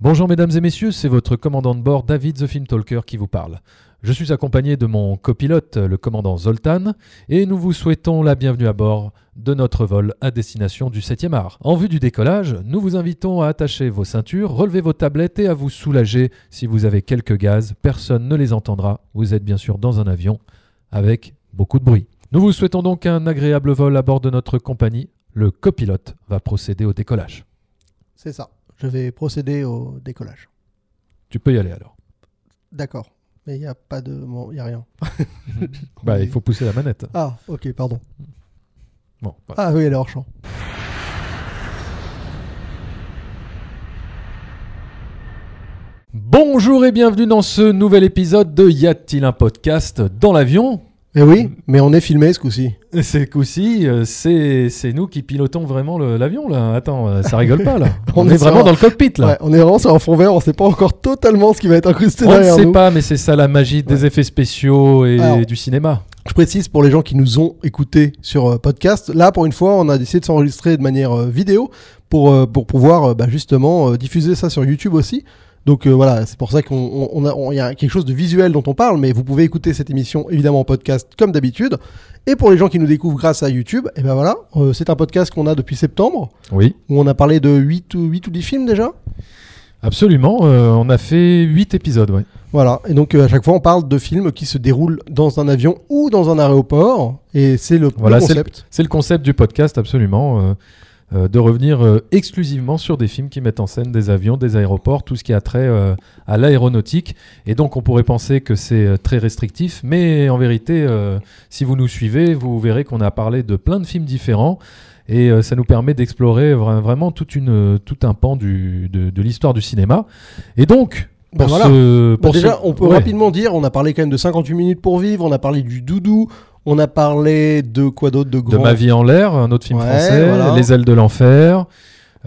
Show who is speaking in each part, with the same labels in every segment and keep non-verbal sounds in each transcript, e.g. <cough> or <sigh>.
Speaker 1: Bonjour mesdames et messieurs, c'est votre commandant de bord David The Film Talker qui vous parle. Je suis accompagné de mon copilote, le commandant Zoltan, et nous vous souhaitons la bienvenue à bord de notre vol à destination du 7e art. En vue du décollage, nous vous invitons à attacher vos ceintures, relever vos tablettes et à vous soulager si vous avez quelques gaz, personne ne les entendra, vous êtes bien sûr dans un avion avec beaucoup de bruit. Nous vous souhaitons donc un agréable vol à bord de notre compagnie, le copilote va procéder au décollage.
Speaker 2: C'est ça. Je vais procéder au décollage.
Speaker 1: Tu peux y aller alors.
Speaker 2: D'accord. Mais il n'y a pas de. Bon, il a rien.
Speaker 1: Bah, il faut pousser la manette.
Speaker 2: Ah, ok, pardon.
Speaker 1: Bon, voilà.
Speaker 2: Ah oui, elle est hors champ.
Speaker 1: Bonjour et bienvenue dans ce nouvel épisode de Y a-t-il un podcast dans l'avion
Speaker 2: Eh oui, mais on est filmé ce coup-ci.
Speaker 1: Et C'est coup-ci, euh, c'est c'est nous qui pilotons vraiment le- l'avion là. Attends, euh, ça rigole pas là.
Speaker 2: <laughs> On
Speaker 1: on,
Speaker 2: est
Speaker 1: est vraiment
Speaker 2: sur-
Speaker 1: dans le cockpit là.
Speaker 2: Ouais, on est vraiment sur un fond vert, on sait pas encore totalement ce qui va être incrusté
Speaker 1: On ne
Speaker 2: derrière
Speaker 1: sait
Speaker 2: nous.
Speaker 1: pas, mais c'est ça la magie des effets spéciaux et
Speaker 2: Alors.
Speaker 1: du cinéma.
Speaker 2: Je précise pour les gens qui nous ont écoutés sur euh, podcast, là pour une fois, on a décidé de s'enregistrer de manière euh, vidéo pour, euh, pour pouvoir euh, bah, justement euh, diffuser ça sur YouTube aussi. Donc euh, voilà, c'est pour ça qu'on on- on a- on- il y a quelque chose de visuel dont on parle, mais vous pouvez écouter cette émission évidemment en podcast comme d'habitude. Et pour les gens qui nous découvrent grâce à YouTube, et ben voilà, euh, c'est un podcast qu'on a depuis septembre
Speaker 1: Oui,
Speaker 2: où on a parlé de 8 ou, 8 ou 10 films déjà.
Speaker 1: absolument. euh, on a fait 8 épisodes, ouais.
Speaker 2: Voilà, et donc euh, à chaque fois on parle de films qui se déroulent dans un avion ou dans un aéroport, et c'est le, le
Speaker 1: Voilà, c'est le-
Speaker 2: concept.
Speaker 1: C'est le concept du podcast, absolument. euh, euh, de revenir euh, exclusivement sur des films qui mettent en scène des avions, des aéroports, tout ce qui a trait euh, à l'aéronautique. Et donc, on pourrait penser que c'est euh, très restrictif, mais en vérité, euh, si vous nous suivez, vous verrez qu'on a parlé de plein de films différents. Et euh, ça nous permet d'explorer vra- vraiment toute une, euh, tout un pan du, de, de l'histoire du cinéma. Et donc,
Speaker 2: Bah
Speaker 1: pour
Speaker 2: voilà.
Speaker 1: ce-
Speaker 2: Bah
Speaker 1: pour ce-
Speaker 2: déjà, on peut
Speaker 1: ouais.
Speaker 2: rapidement dire, on a parlé quand même de 58 minutes pour vivre, on a parlé du doudou, on a parlé de quoi d'autre de
Speaker 1: De
Speaker 2: grand.
Speaker 1: Ma vie en l'air, un autre film
Speaker 2: Ouais,
Speaker 1: français,
Speaker 2: voilà.
Speaker 1: Les ailes de l'enfer,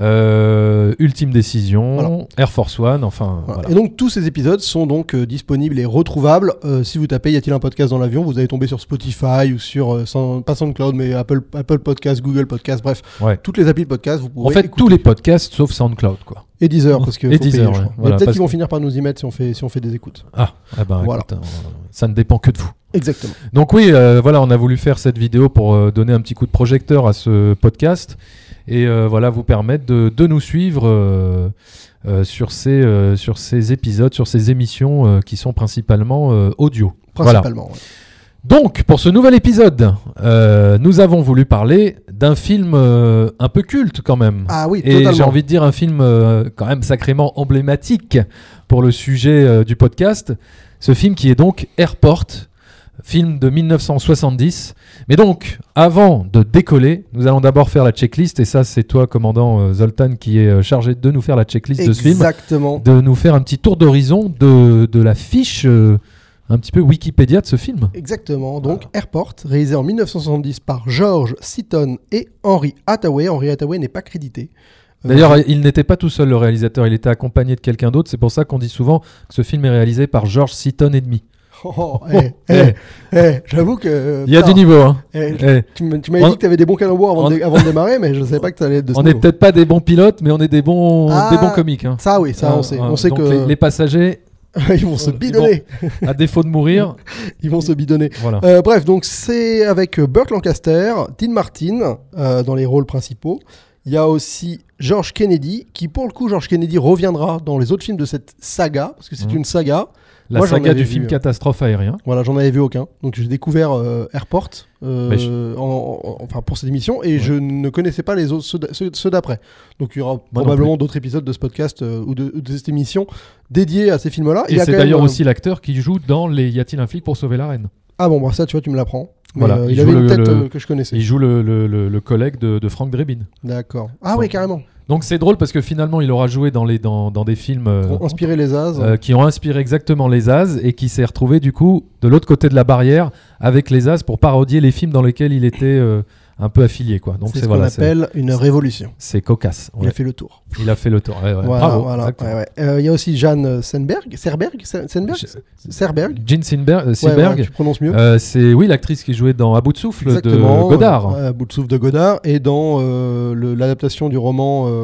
Speaker 1: euh, Ultime décision,
Speaker 2: Voilà.
Speaker 1: Air Force One, enfin
Speaker 2: Voilà.
Speaker 1: voilà.
Speaker 2: Et donc tous ces épisodes sont donc euh, disponibles et retrouvables. Euh, si vous tapez Y a-t-il un podcast dans l'avion, vous allez tomber sur Spotify ou sur euh, sans- pas SoundCloud mais Apple Apple Podcast, Google Podcast, bref,
Speaker 1: Ouais.
Speaker 2: toutes les applis de podcast. Vous pouvez
Speaker 1: en fait,
Speaker 2: écouter.
Speaker 1: tous les podcasts sauf SoundCloud quoi.
Speaker 2: et 10 heures parce que
Speaker 1: Et
Speaker 2: faut
Speaker 1: 10
Speaker 2: payer,
Speaker 1: heures,
Speaker 2: je
Speaker 1: ouais.
Speaker 2: crois. Mais
Speaker 1: Voilà,
Speaker 2: peut-être
Speaker 1: parce
Speaker 2: qu'ils vont
Speaker 1: que-
Speaker 2: finir par nous y mettre si on fait si on fait des écoutes.
Speaker 1: Ah, eh ben,
Speaker 2: Voilà.
Speaker 1: écoute, euh, ça ne dépend que de vous.
Speaker 2: Exactement.
Speaker 1: Donc oui, euh, voilà, on a voulu faire cette vidéo pour euh, donner un petit coup de projecteur à ce podcast et euh, voilà vous permettre de, de nous suivre euh, euh, sur ces euh, sur ces épisodes, sur ces émissions euh, qui sont principalement euh, audio. Voilà.
Speaker 2: Principalement. ouais.
Speaker 1: Donc, pour ce nouvel épisode, euh, nous avons voulu parler d'un film euh, un peu culte quand même.
Speaker 2: Ah oui,
Speaker 1: Et
Speaker 2: totalement.
Speaker 1: j'ai envie de dire un film euh, quand même sacrément emblématique pour le sujet euh, du podcast. Ce film qui est donc Airport, film de 1970. Mais donc, avant de décoller, nous allons d'abord faire la checklist. Et ça, c'est toi, commandant euh, Zoltan, qui est euh, chargé de nous faire la checklist de ce film
Speaker 2: Exactement.
Speaker 1: de nous faire un petit tour d'horizon de, de la fiche euh, un petit peu Wikipédia de ce film.
Speaker 2: Exactement. Donc, Airport, réalisé en 1970 par George Seaton et Henry Hathaway. Henry Hathaway n'est pas crédité. Euh,
Speaker 1: D'ailleurs, il n'était pas tout seul le réalisateur, il était accompagné de quelqu'un d'autre. C'est pour ça qu'on dit souvent que ce film est réalisé par George Seaton et demi.
Speaker 2: oh, oh, eh,
Speaker 1: <laughs> Eh,
Speaker 2: eh, eh, j'avoue que.
Speaker 1: il y a
Speaker 2: putain,
Speaker 1: du niveau. Hein.
Speaker 2: eh,
Speaker 1: Eh,
Speaker 2: tu me- tu m'avais
Speaker 1: On-
Speaker 2: dit que tu avais des bons calembours avant,
Speaker 1: on-
Speaker 2: de, avant de démarrer, mais je ne savais pas que tu allais être de ce
Speaker 1: on n'est
Speaker 2: niveau.
Speaker 1: peut-être pas des bons pilotes, mais on est des bons,
Speaker 2: Ah,
Speaker 1: des bons comiques. hein.
Speaker 2: Ça, oui, ça,
Speaker 1: Euh,
Speaker 2: on sait.
Speaker 1: euh,
Speaker 2: on sait
Speaker 1: donc
Speaker 2: que.
Speaker 1: les, les passagers,
Speaker 2: <laughs> ils
Speaker 1: <laughs>
Speaker 2: vont se
Speaker 1: ils vont-
Speaker 2: bidonner.
Speaker 1: à défaut de
Speaker 2: <laughs>
Speaker 1: mourir,
Speaker 2: Ils vont se bidonner.
Speaker 1: voilà.
Speaker 2: Euh, bref, donc c'est avec euh, Burt Lancaster, Dean Martin euh, dans les rôles principaux. Il y a aussi George Kennedy, qui pour le coup, George Kennedy reviendra dans les autres films de cette saga, parce que c'est
Speaker 1: Mhm.
Speaker 2: une saga.
Speaker 1: la
Speaker 2: moi, j'en
Speaker 1: saga
Speaker 2: avais
Speaker 1: du
Speaker 2: vu,
Speaker 1: film
Speaker 2: hein.
Speaker 1: Catastrophe aérien.
Speaker 2: Voilà, j'en avais vu aucun. Donc j'ai découvert euh, Airport euh,
Speaker 1: Mais je-
Speaker 2: en- en- enfin, pour cette émission et
Speaker 1: Ouais.
Speaker 2: je ne connaissais pas les autres, ceux d'a- ceux ceux d'après. Donc il y aura
Speaker 1: non
Speaker 2: probablement d'autres épisodes de ce podcast euh, ou, de, ou de cette émission dédiés à ces films-là. Il
Speaker 1: Et
Speaker 2: y a
Speaker 1: c'est
Speaker 2: quand même,
Speaker 1: d'ailleurs
Speaker 2: euh,
Speaker 1: aussi l'acteur qui joue dans les Y a-t-il un flic pour sauver la reine
Speaker 2: Ah bon, bah, ça, tu vois, tu me l'apprends. Mais,
Speaker 1: Voilà,
Speaker 2: euh,
Speaker 1: il
Speaker 2: il
Speaker 1: joue
Speaker 2: avait une
Speaker 1: le-
Speaker 2: tête
Speaker 1: le-
Speaker 2: euh, que je connaissais.
Speaker 1: Il joue le, le- le- le collègue de, de Frank Drebin.
Speaker 2: D'accord. Ah
Speaker 1: Bon.
Speaker 2: oui, carrément.
Speaker 1: Donc c'est drôle parce que finalement il aura joué dans, les, dans, dans des films euh,
Speaker 2: Pour inspirer les As.
Speaker 1: euh, qui ont inspiré exactement les As et qui s'est retrouvé du coup de l'autre côté de la barrière avec les As pour parodier les films dans lesquels il était euh, un peu affilié quoi. Donc
Speaker 2: c'est
Speaker 1: c'est
Speaker 2: ce qu'on
Speaker 1: voilà, c'est-
Speaker 2: appelle une révolution.
Speaker 1: c'est cocasse.
Speaker 2: Il
Speaker 1: ouais.
Speaker 2: a fait le tour.
Speaker 1: Il, a... fait le tour. Ouais, ouais,
Speaker 2: voilà,
Speaker 1: Bravo.
Speaker 2: voilà.
Speaker 1: exactement.
Speaker 2: Ouais, ouais. Euh, il y a aussi Jeanne Senberg. Serberg Sen- Senberg
Speaker 1: Je-
Speaker 2: Serberg
Speaker 1: Jean Sinberg, euh,
Speaker 2: Ouais,
Speaker 1: Seberg,
Speaker 2: ouais, tu prononces mieux.
Speaker 1: euh, c'est oui l'actrice qui jouait dans À bout de souffle de Godard.
Speaker 2: euh, à bout de souffle de Godard et dans euh, le- l'adaptation du roman euh,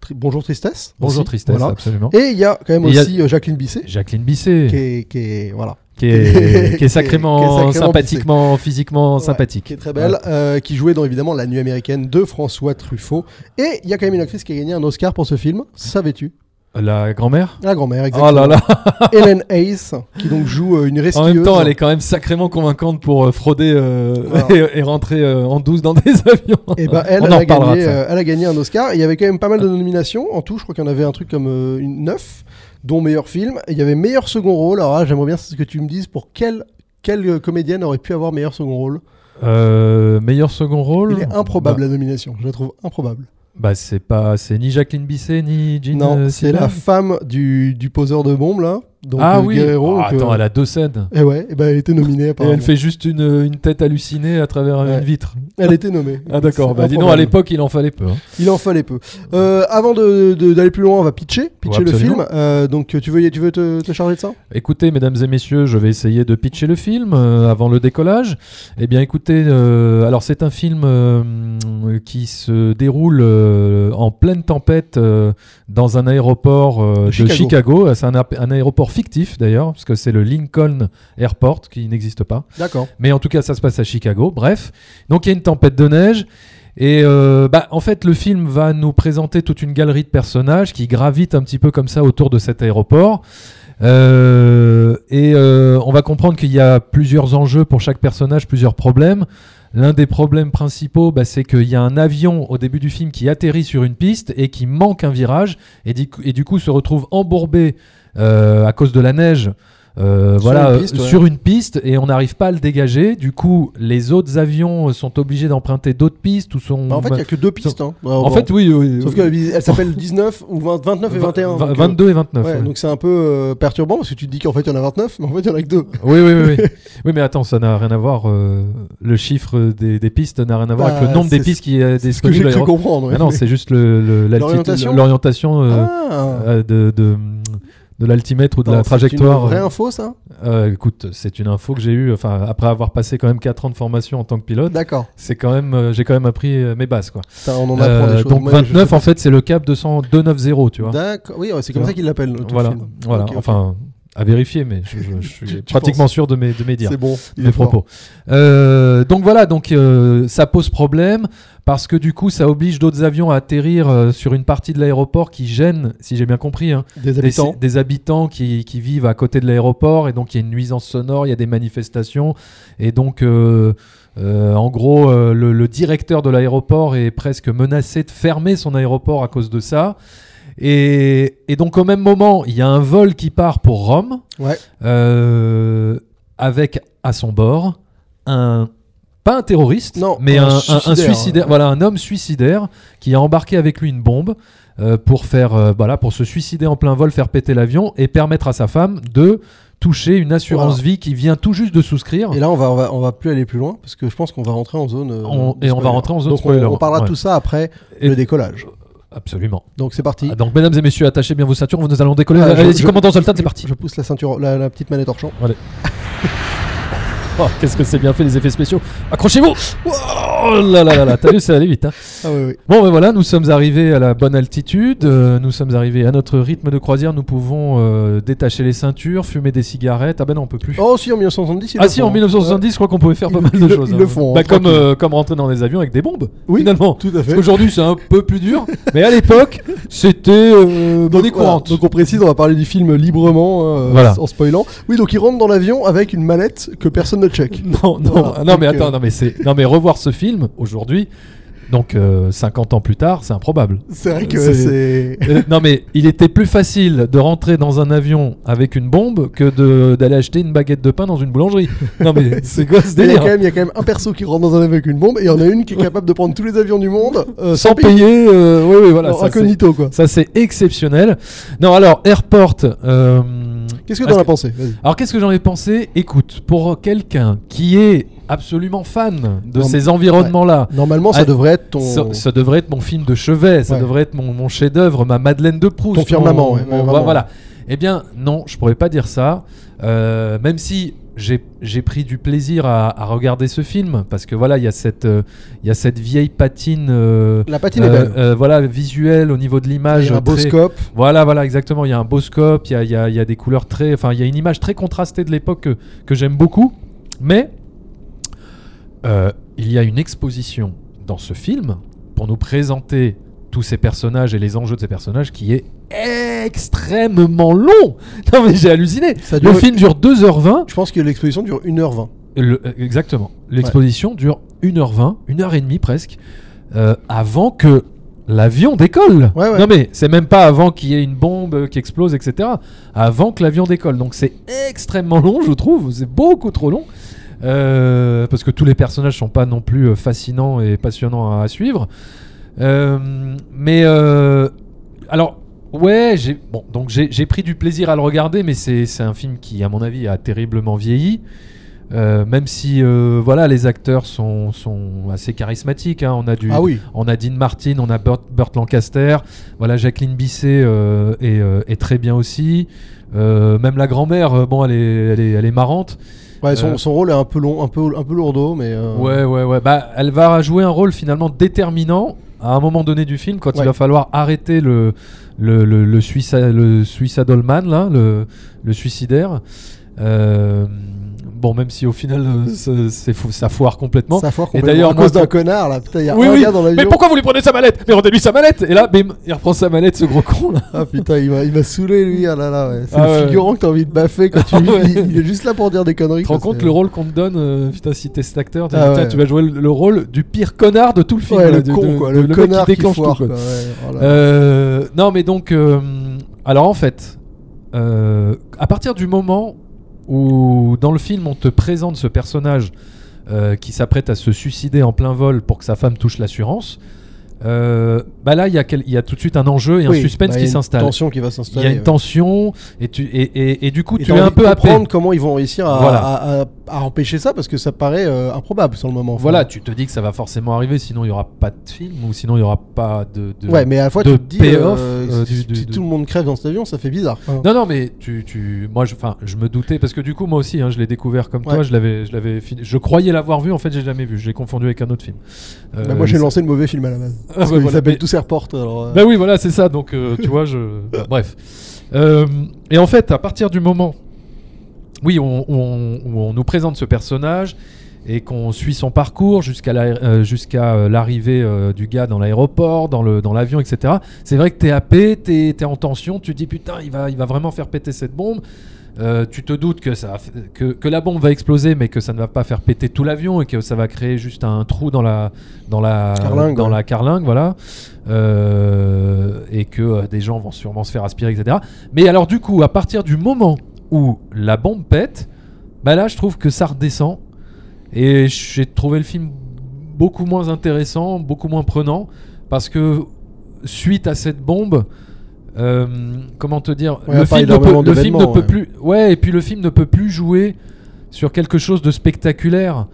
Speaker 2: Tri- Bonjour Tristesse.
Speaker 1: Bonjour
Speaker 2: aussi,
Speaker 1: Tristesse,
Speaker 2: voilà.
Speaker 1: absolument.
Speaker 2: Et il y a quand même
Speaker 1: Et il y a-
Speaker 2: aussi euh, Jacqueline Bisset,
Speaker 1: Jacqueline Bisset,
Speaker 2: qui
Speaker 1: qui est,
Speaker 2: est, qui est- voilà,
Speaker 1: qui est
Speaker 2: <laughs> qui est
Speaker 1: sacrément,
Speaker 2: sacrément
Speaker 1: sympathiquement, physiquement
Speaker 2: Ouais,
Speaker 1: sympathique.
Speaker 2: qui est très belle, euh, qui jouait dans évidemment La Nuit américaine de François Truffaut. Et il y a quand même une actrice qui a gagné un Oscar pour ce film. Savais-tu
Speaker 1: La grand-mère
Speaker 2: La grand-mère,
Speaker 1: Oh là
Speaker 2: exactement.
Speaker 1: là
Speaker 2: Hélène Hayes, qui donc joue euh, une
Speaker 1: En
Speaker 2: rescueuse.
Speaker 1: même temps, elle est quand même sacrément convaincante pour euh, frauder euh,
Speaker 2: Voilà.
Speaker 1: <laughs> et, et rentrer euh, en douce dans des <laughs> avions.
Speaker 2: Et ben elle,
Speaker 1: On
Speaker 2: elle
Speaker 1: en
Speaker 2: a
Speaker 1: reparlera
Speaker 2: gagné,
Speaker 1: de ça.
Speaker 2: euh, elle a gagné un Oscar. Et Il y avait quand même pas mal de nominations. En tout, je crois qu'il y en avait un truc comme euh, une 9, dont meilleur film. Et il y avait meilleur second rôle. Alors là, j'aimerais bien ce que tu me dises pour quelle, quelle euh, comédienne aurait pu avoir meilleur second rôle.
Speaker 1: Euh, meilleur second rôle
Speaker 2: Il est improbable la nomination. Je la trouve improbable.
Speaker 1: Bah, bah, c'est pas, c'est ni Jacqueline Bisset ni Jean.
Speaker 2: non,
Speaker 1: euh,
Speaker 2: c'est
Speaker 1: Silva.
Speaker 2: la femme du, du poseur de bombes, là. Donc,
Speaker 1: ah
Speaker 2: euh,
Speaker 1: oui.
Speaker 2: Guerrero.
Speaker 1: Ah,
Speaker 2: que-
Speaker 1: attends, elle a deux scènes.
Speaker 2: Et ouais, et ben, elle était nominée.
Speaker 1: Et
Speaker 2: apparemment.
Speaker 1: elle fait juste une, une tête hallucinée à travers euh,
Speaker 2: Ouais.
Speaker 1: une vitre.
Speaker 2: Elle était nommée.
Speaker 1: Ah d'accord.
Speaker 2: C'est
Speaker 1: Bah, dis donc, à
Speaker 2: improbable.
Speaker 1: l'époque, il en fallait peu. hein.
Speaker 2: Il en fallait peu. Euh, avant de- de- d'aller plus loin, on va pitcher, pitcher
Speaker 1: Ouais,
Speaker 2: le
Speaker 1: absolument.
Speaker 2: film. Euh, donc tu veux, y- tu veux te, te charger de ça
Speaker 1: Écoutez, mesdames et messieurs, je vais essayer de pitcher le film euh, avant le décollage. Eh bien, écoutez, euh, alors c'est un film euh, qui se déroule euh, en pleine tempête euh, dans un aéroport euh, de
Speaker 2: Chicago.
Speaker 1: Chicago. C'est un, ap- un aéroport fictif d'ailleurs, parce que c'est le Lincoln Airport qui n'existe pas.
Speaker 2: D'accord.
Speaker 1: Mais en tout cas, ça se passe à Chicago. Bref, donc il y a une tempête de neige. Et euh, bah, en fait, le film va nous présenter toute une galerie de personnages qui gravitent un petit peu comme ça autour de cet aéroport. Euh, et euh, on va comprendre qu'il y a plusieurs enjeux pour chaque personnage, plusieurs problèmes. L'un des problèmes principaux, bah, c'est qu'il y a un avion au début du film qui atterrit sur une piste et qui manque un virage et, du coup- et du coup se retrouve embourbé euh, à cause de la neige. euh,
Speaker 2: Sur
Speaker 1: voilà,
Speaker 2: une piste,
Speaker 1: euh,
Speaker 2: ouais.
Speaker 1: sur une piste et on n'arrive pas à le dégager. Du coup, les autres avions euh, sont obligés d'emprunter d'autres pistes ou sont.
Speaker 2: Bah, en fait, il n'y a que deux pistes. hein. Bah,
Speaker 1: En
Speaker 2: bon.
Speaker 1: fait, oui. oui,
Speaker 2: Sauf
Speaker 1: oui.
Speaker 2: qu'elle s'appelle 19 ou 20 29 et 21.
Speaker 1: Vingt-
Speaker 2: donc, euh,
Speaker 1: 22 et 29.
Speaker 2: ouais,
Speaker 1: ouais.
Speaker 2: Donc c'est un peu euh, perturbant parce que tu te dis qu'en fait il y en a 29, mais en fait il y en a que deux.
Speaker 1: Oui, oui, oui, oui. Oui, mais attends, ça n'a rien à voir. euh, le chiffre des, des pistes n'a rien à voir
Speaker 2: Bah,
Speaker 1: avec le nombre
Speaker 2: c'est
Speaker 1: des pistes qui est
Speaker 2: Ce que j'ai
Speaker 1: disponible. à
Speaker 2: cru
Speaker 1: l'aéroport.
Speaker 2: comprendre. ouais.
Speaker 1: Ah non, c'est juste le- le- l'altitude-
Speaker 2: L'orientation
Speaker 1: l'orientation euh,
Speaker 2: Ah.
Speaker 1: euh, de, de, de l'altimètre ou de
Speaker 2: Attends,
Speaker 1: la
Speaker 2: c'est
Speaker 1: trajectoire.
Speaker 2: une vraie info ça
Speaker 1: Euh, écoute, c'est une info que j'ai eue. Enfin, après avoir passé quand même 4 ans de formation en tant que pilote,
Speaker 2: D'accord.
Speaker 1: c'est quand même, euh, j'ai quand même appris euh, mes bases, quoi.
Speaker 2: Putain, On en apprend
Speaker 1: Euh,
Speaker 2: des choses.
Speaker 1: donc
Speaker 2: Moi, je-
Speaker 1: 29, en fait, c'est le cap 200 290, tu vois.
Speaker 2: D'accord. Oui, ouais, c'est
Speaker 1: Tu
Speaker 2: comme
Speaker 1: vois.
Speaker 2: ça qu'ils l'appellent. tout le
Speaker 1: Voilà,
Speaker 2: film.
Speaker 1: voilà.
Speaker 2: Ok, ok.
Speaker 1: Enfin, à vérifier, mais je, je- je suis
Speaker 2: <laughs> Tu- tu
Speaker 1: pratiquement sûr de mes, de mes dires
Speaker 2: C'est bon. il
Speaker 1: mes
Speaker 2: est fort.
Speaker 1: propos. Euh, donc voilà, donc euh, ça pose problème parce que du coup, ça oblige d'autres avions à atterrir euh, sur une partie de l'aéroport qui gêne, si j'ai bien compris, hein,
Speaker 2: Des
Speaker 1: des
Speaker 2: habitants.
Speaker 1: des habitants qui, qui vivent à côté de l'aéroport et donc il y a une nuisance sonore, il y a des manifestations et donc euh, euh, en gros euh, le, le directeur de l'aéroport est presque menacé de fermer son aéroport à cause de ça. Et, et donc au même moment, il y a un vol qui part pour Rome
Speaker 2: Ouais.
Speaker 1: euh, avec à son bord un pas un terroriste,
Speaker 2: Non,
Speaker 1: mais un,
Speaker 2: un
Speaker 1: un- un
Speaker 2: suicidaire,
Speaker 1: suicidaire,
Speaker 2: ouais.
Speaker 1: voilà un homme suicidaire qui a embarqué avec lui une bombe euh, pour faire euh, voilà pour se suicider en plein vol, faire péter l'avion et permettre à sa femme de toucher une assurance vie qui vient tout juste de souscrire.
Speaker 2: Et là, on va, on va, on va plus aller plus loin parce que je pense qu'on va rentrer en zone. euh,
Speaker 1: On-
Speaker 2: de
Speaker 1: et on va
Speaker 2: spoiler.
Speaker 1: rentrer en zone
Speaker 2: Donc, on-
Speaker 1: spoiler,
Speaker 2: On, parlera de
Speaker 1: ouais.
Speaker 2: tout ça après
Speaker 1: Et-
Speaker 2: le décollage.
Speaker 1: Absolument.
Speaker 2: Donc c'est parti.
Speaker 1: Ah, donc mesdames et messieurs, attachez bien vos ceintures, nous allons décoller.
Speaker 2: Ah, je-
Speaker 1: Allez-y,
Speaker 2: je-
Speaker 1: commandant Zoltan,
Speaker 2: Je-
Speaker 1: c'est parti.
Speaker 2: Je pousse la ceinture, la, la petite manette hors champ.
Speaker 1: Oh, qu'est-ce que c'est bien fait les effets spéciaux. Accrochez-vous. Oh là là là là, t'as vu ça allait vite. hein.
Speaker 2: Ah oui, oui.
Speaker 1: Bon ben voilà, nous sommes arrivés à la bonne altitude, euh, nous sommes arrivés à notre rythme de croisière, nous pouvons euh, détacher les ceintures, fumer des cigarettes. Ah ben non, on peut plus.
Speaker 2: Oh si, en 1970. ils
Speaker 1: Ah
Speaker 2: le
Speaker 1: si,
Speaker 2: font,
Speaker 1: en
Speaker 2: hein.
Speaker 1: 1970, je crois qu'on pouvait faire pas
Speaker 2: Ils le-
Speaker 1: mal
Speaker 2: ils
Speaker 1: de
Speaker 2: le-
Speaker 1: choses.
Speaker 2: ils
Speaker 1: hein.
Speaker 2: le font, hein,
Speaker 1: Bah, comme,
Speaker 2: tranquille.
Speaker 1: euh, comme rentrer dans des avions avec des bombes,
Speaker 2: Oui.
Speaker 1: finalement.
Speaker 2: <laughs> Ouais, Tout à fait.
Speaker 1: Aujourd'hui, c'est un peu plus dur, mais à l'époque, c'était euh,
Speaker 2: Donc,
Speaker 1: monnaie
Speaker 2: voilà.
Speaker 1: courante.
Speaker 2: donc on précise, on va parler du film librement, hein, euh,
Speaker 1: Voilà.
Speaker 2: en spoilant. Oui, donc il rentre dans l'avion avec une mallette que personne ne check.
Speaker 1: <laughs> Non, non,
Speaker 2: Voilà,
Speaker 1: non,
Speaker 2: donc,
Speaker 1: mais
Speaker 2: euh,
Speaker 1: attends, non, mais c'est, non, mais revoir ce film aujourd'hui, donc euh, 50 ans plus tard, c'est
Speaker 2: <laughs>
Speaker 1: improbable.
Speaker 2: <laughs> C'est vrai que
Speaker 1: C'est-
Speaker 2: <laughs> c'est.
Speaker 1: Euh, non, mais il était plus facile de rentrer dans un avion avec une bombe que de, d'aller acheter une baguette de pain dans une boulangerie. Non,
Speaker 2: <laughs>
Speaker 1: mais c'est quoi ce
Speaker 2: Mais Il y, a
Speaker 1: délire
Speaker 2: quand même, il y a quand même un perso qui rentre dans un avion avec une bombe et il y en a une qui est capable de prendre tous les avions du monde euh,
Speaker 1: Sans payer, euh, oui, oui, voilà.
Speaker 2: Alors,
Speaker 1: ça, c'est,
Speaker 2: incognito quoi.
Speaker 1: ça, c'est exceptionnel. Non, alors, Airport. euh,
Speaker 2: Qu'est-ce que
Speaker 1: est-ce
Speaker 2: t'en as
Speaker 1: que-
Speaker 2: pensé Vas-y.
Speaker 1: Alors, qu'est-ce que j'en ai pensé Écoute, pour quelqu'un qui est absolument fan de
Speaker 2: Non,
Speaker 1: ces environnements-là,
Speaker 2: Normalement, ça
Speaker 1: Ah,
Speaker 2: devrait être ton.
Speaker 1: Ça, ça devrait être mon film de chevet, ça
Speaker 2: Ouais.
Speaker 1: devrait être mon, mon chef-d'œuvre, ma Madeleine de Proust.
Speaker 2: Ton firmament,
Speaker 1: mon-
Speaker 2: ouais,
Speaker 1: mon-
Speaker 2: ouais, vraiment.
Speaker 1: voilà. Eh bien, non, je pourrais pas dire ça. Euh, même si j'ai j'ai pris du plaisir à, à regarder ce film, parce que voilà, il y, a cette, euh, il y a cette vieille patine, euh,
Speaker 2: La patine est
Speaker 1: euh, ah,
Speaker 2: belle.
Speaker 1: euh, voilà, visuelle au niveau de l'image.
Speaker 2: Il y a un beau
Speaker 1: très-
Speaker 2: scope.
Speaker 1: Voilà, voilà, exactement. Il y a un beau scope, il y a, il y a- il y a des couleurs très. Enfin, il y a une image très contrastée de l'époque que, que j'aime beaucoup. Mais euh, il y a une exposition dans ce film pour nous présenter tous ces personnages et les enjeux de ces personnages qui est extrêmement long. <laughs> Non, mais j'ai halluciné.
Speaker 2: Ça
Speaker 1: Le
Speaker 2: dure-
Speaker 1: film dure 2h20.
Speaker 2: Je pense que l'exposition dure 1h20.
Speaker 1: Le- euh, exactement. L'exposition dure 1h20, 1h30 presque, euh, avant que l'avion décolle.
Speaker 2: Ouais, ouais.
Speaker 1: Non mais c'est même pas avant qu'il y ait une bombe euh, qui explose, etc. Avant que l'avion décolle. Donc c'est extrêmement long, je trouve. C'est beaucoup trop long. Euh, parce que tous les personnages sont pas non plus euh, fascinants et passionnants à, à suivre. Euh, mais euh, alors, ouais, j'ai bon, donc j'ai j'ai pris du plaisir à le regarder, mais c'est c'est un film qui, à mon avis, a terriblement vieilli. Euh, même si euh, voilà, les acteurs sont, sont assez charismatiques. hein. On a du,
Speaker 2: Ah oui.
Speaker 1: on a Dean Martin, on a Burt, Burt Lancaster. Voilà, Jacqueline Bisset euh, est, euh, est très bien aussi. Euh, même la grand-mère, euh, bon, elle est, elle est, elle est marrante.
Speaker 2: Ouais, son,
Speaker 1: Euh,
Speaker 2: son rôle est un peu long, un peu, un peu lourdeau, mais. euh,
Speaker 1: Ouais, ouais, ouais. Bah, elle va jouer un rôle finalement déterminant à un moment donné du film quand il
Speaker 2: Ouais.
Speaker 1: va falloir arrêter le le le, le, suicide, le suicidal man, là, le, le suicidaire. Euh, bon, même si au final euh, ça, c'est fou- ça foire complètement.
Speaker 2: Ça foire
Speaker 1: Et
Speaker 2: complètement
Speaker 1: d'ailleurs,
Speaker 2: à
Speaker 1: moi,
Speaker 2: cause d'un
Speaker 1: pour-
Speaker 2: connard là. Putain, il y a
Speaker 1: Oui,
Speaker 2: un
Speaker 1: oui,
Speaker 2: gars dans l'avion.
Speaker 1: Mais pourquoi vous lui prenez sa mallette Mais rendez-lui sa mallette Et là, bim, il reprend sa mallette, ce gros con là.
Speaker 2: Ah putain, il m'a, il m'a saoulé lui. Ah là là, ouais. c'est
Speaker 1: Ah
Speaker 2: le
Speaker 1: ouais.
Speaker 2: figurant que t'as envie de baffer quand tu.
Speaker 1: Ah ouais.
Speaker 2: il, il est juste là pour dire des conneries.
Speaker 1: Tu te rends
Speaker 2: quoi,
Speaker 1: compte
Speaker 2: c'est-
Speaker 1: le rôle qu'on te donne euh, Putain, si t'es cet acteur, tu,
Speaker 2: Ah
Speaker 1: putain,
Speaker 2: ouais.
Speaker 1: tu vas jouer le, le rôle du pire connard de tout le film.
Speaker 2: Ouais,
Speaker 1: là,
Speaker 2: le
Speaker 1: de-
Speaker 2: con
Speaker 1: de-
Speaker 2: quoi,
Speaker 1: de-
Speaker 2: le,
Speaker 1: mec qui
Speaker 2: connard qui,
Speaker 1: déclenche tout,
Speaker 2: foire,
Speaker 1: quoi.
Speaker 2: quoi, ouais, oh là là.
Speaker 1: Euh, non, mais donc, euh, alors en fait, euh, à partir du moment où dans le film on te présente ce personnage euh, qui s'apprête à se suicider en plein vol pour que sa femme touche l'assurance, euh, bah là il y, a quel- il y a tout de suite un enjeu et
Speaker 2: Oui,
Speaker 1: un suspense
Speaker 2: bah, il y a
Speaker 1: qui
Speaker 2: une
Speaker 1: s'installe.
Speaker 2: Tension qui va
Speaker 1: Il
Speaker 2: s'installer.
Speaker 1: y a une
Speaker 2: ouais.
Speaker 1: tension et tu et, et- et du coup
Speaker 2: Et
Speaker 1: tu
Speaker 2: t'as
Speaker 1: es un
Speaker 2: envie de
Speaker 1: peu happé.
Speaker 2: comprendre comment ils vont réussir à,
Speaker 1: Voilà.
Speaker 2: à- à- à empêcher ça parce que ça paraît euh, improbable sur le moment. enfin.
Speaker 1: Voilà, tu te dis que ça va forcément arriver, sinon il y aura pas de film ou sinon il y aura pas de. de-
Speaker 2: Ouais, mais à la fois
Speaker 1: de
Speaker 2: tu te dis euh,
Speaker 1: payoff, euh,
Speaker 2: si,
Speaker 1: du- du-
Speaker 2: si
Speaker 1: du- Ah.
Speaker 2: tout le monde crève dans cet avion, ça fait bizarre. Enfin,
Speaker 1: Non, non, mais tu, tu, moi, je, enfin, je me doutais parce que du coup, moi aussi, hein, je l'ai découvert comme
Speaker 2: Ouais.
Speaker 1: toi. Je l'avais, je l'avais, fini- je croyais l'avoir vu. En fait, j'ai jamais vu. J'ai confondu avec un autre film. Euh,
Speaker 2: bah, moi j'ai
Speaker 1: mais-
Speaker 2: lancé le mauvais film à la base.
Speaker 1: Ah,
Speaker 2: Parce
Speaker 1: ouais,
Speaker 2: qu'il
Speaker 1: voilà,
Speaker 2: s'appelle
Speaker 1: mais-
Speaker 2: Tous Airport. Alors, euh,
Speaker 1: bah oui, voilà, c'est ça. Donc,
Speaker 2: <laughs>
Speaker 1: euh, tu vois, je. bah, bref. Euh, et en fait, à partir du moment, oui, où on, où on- où on nous présente ce personnage et qu'on suit son parcours jusqu'à la- euh, jusqu'à euh, l'arrivée euh, du gars dans l'aéroport, dans le dans l'avion, etc. C'est vrai que t'es happé, t'es t'es en tension. Tu te dis putain, il va il va vraiment faire péter cette bombe. Euh, tu te doutes que, ça, va f- que, que la bombe va exploser, mais que ça ne va pas faire péter tout l'avion et que ça va créer juste un trou dans la, dans la,
Speaker 2: Carlingue,
Speaker 1: dans
Speaker 2: ouais.
Speaker 1: la carlingue, voilà. Euh, et que euh, des gens vont sûrement se faire aspirer, etc. Mais alors, du coup, à partir du moment où la bombe pète, bah là, je trouve que ça redescend. Et j'ai trouvé le film beaucoup moins intéressant, beaucoup moins prenant, parce que suite à cette bombe, euh, comment te dire,
Speaker 2: Ouais,
Speaker 1: le
Speaker 2: pas
Speaker 1: film ne peut,
Speaker 2: énormément
Speaker 1: le film ne
Speaker 2: d'événements,
Speaker 1: peut
Speaker 2: ouais.
Speaker 1: plus, ouais, et puis le film ne peut plus jouer sur quelque chose de spectaculaire.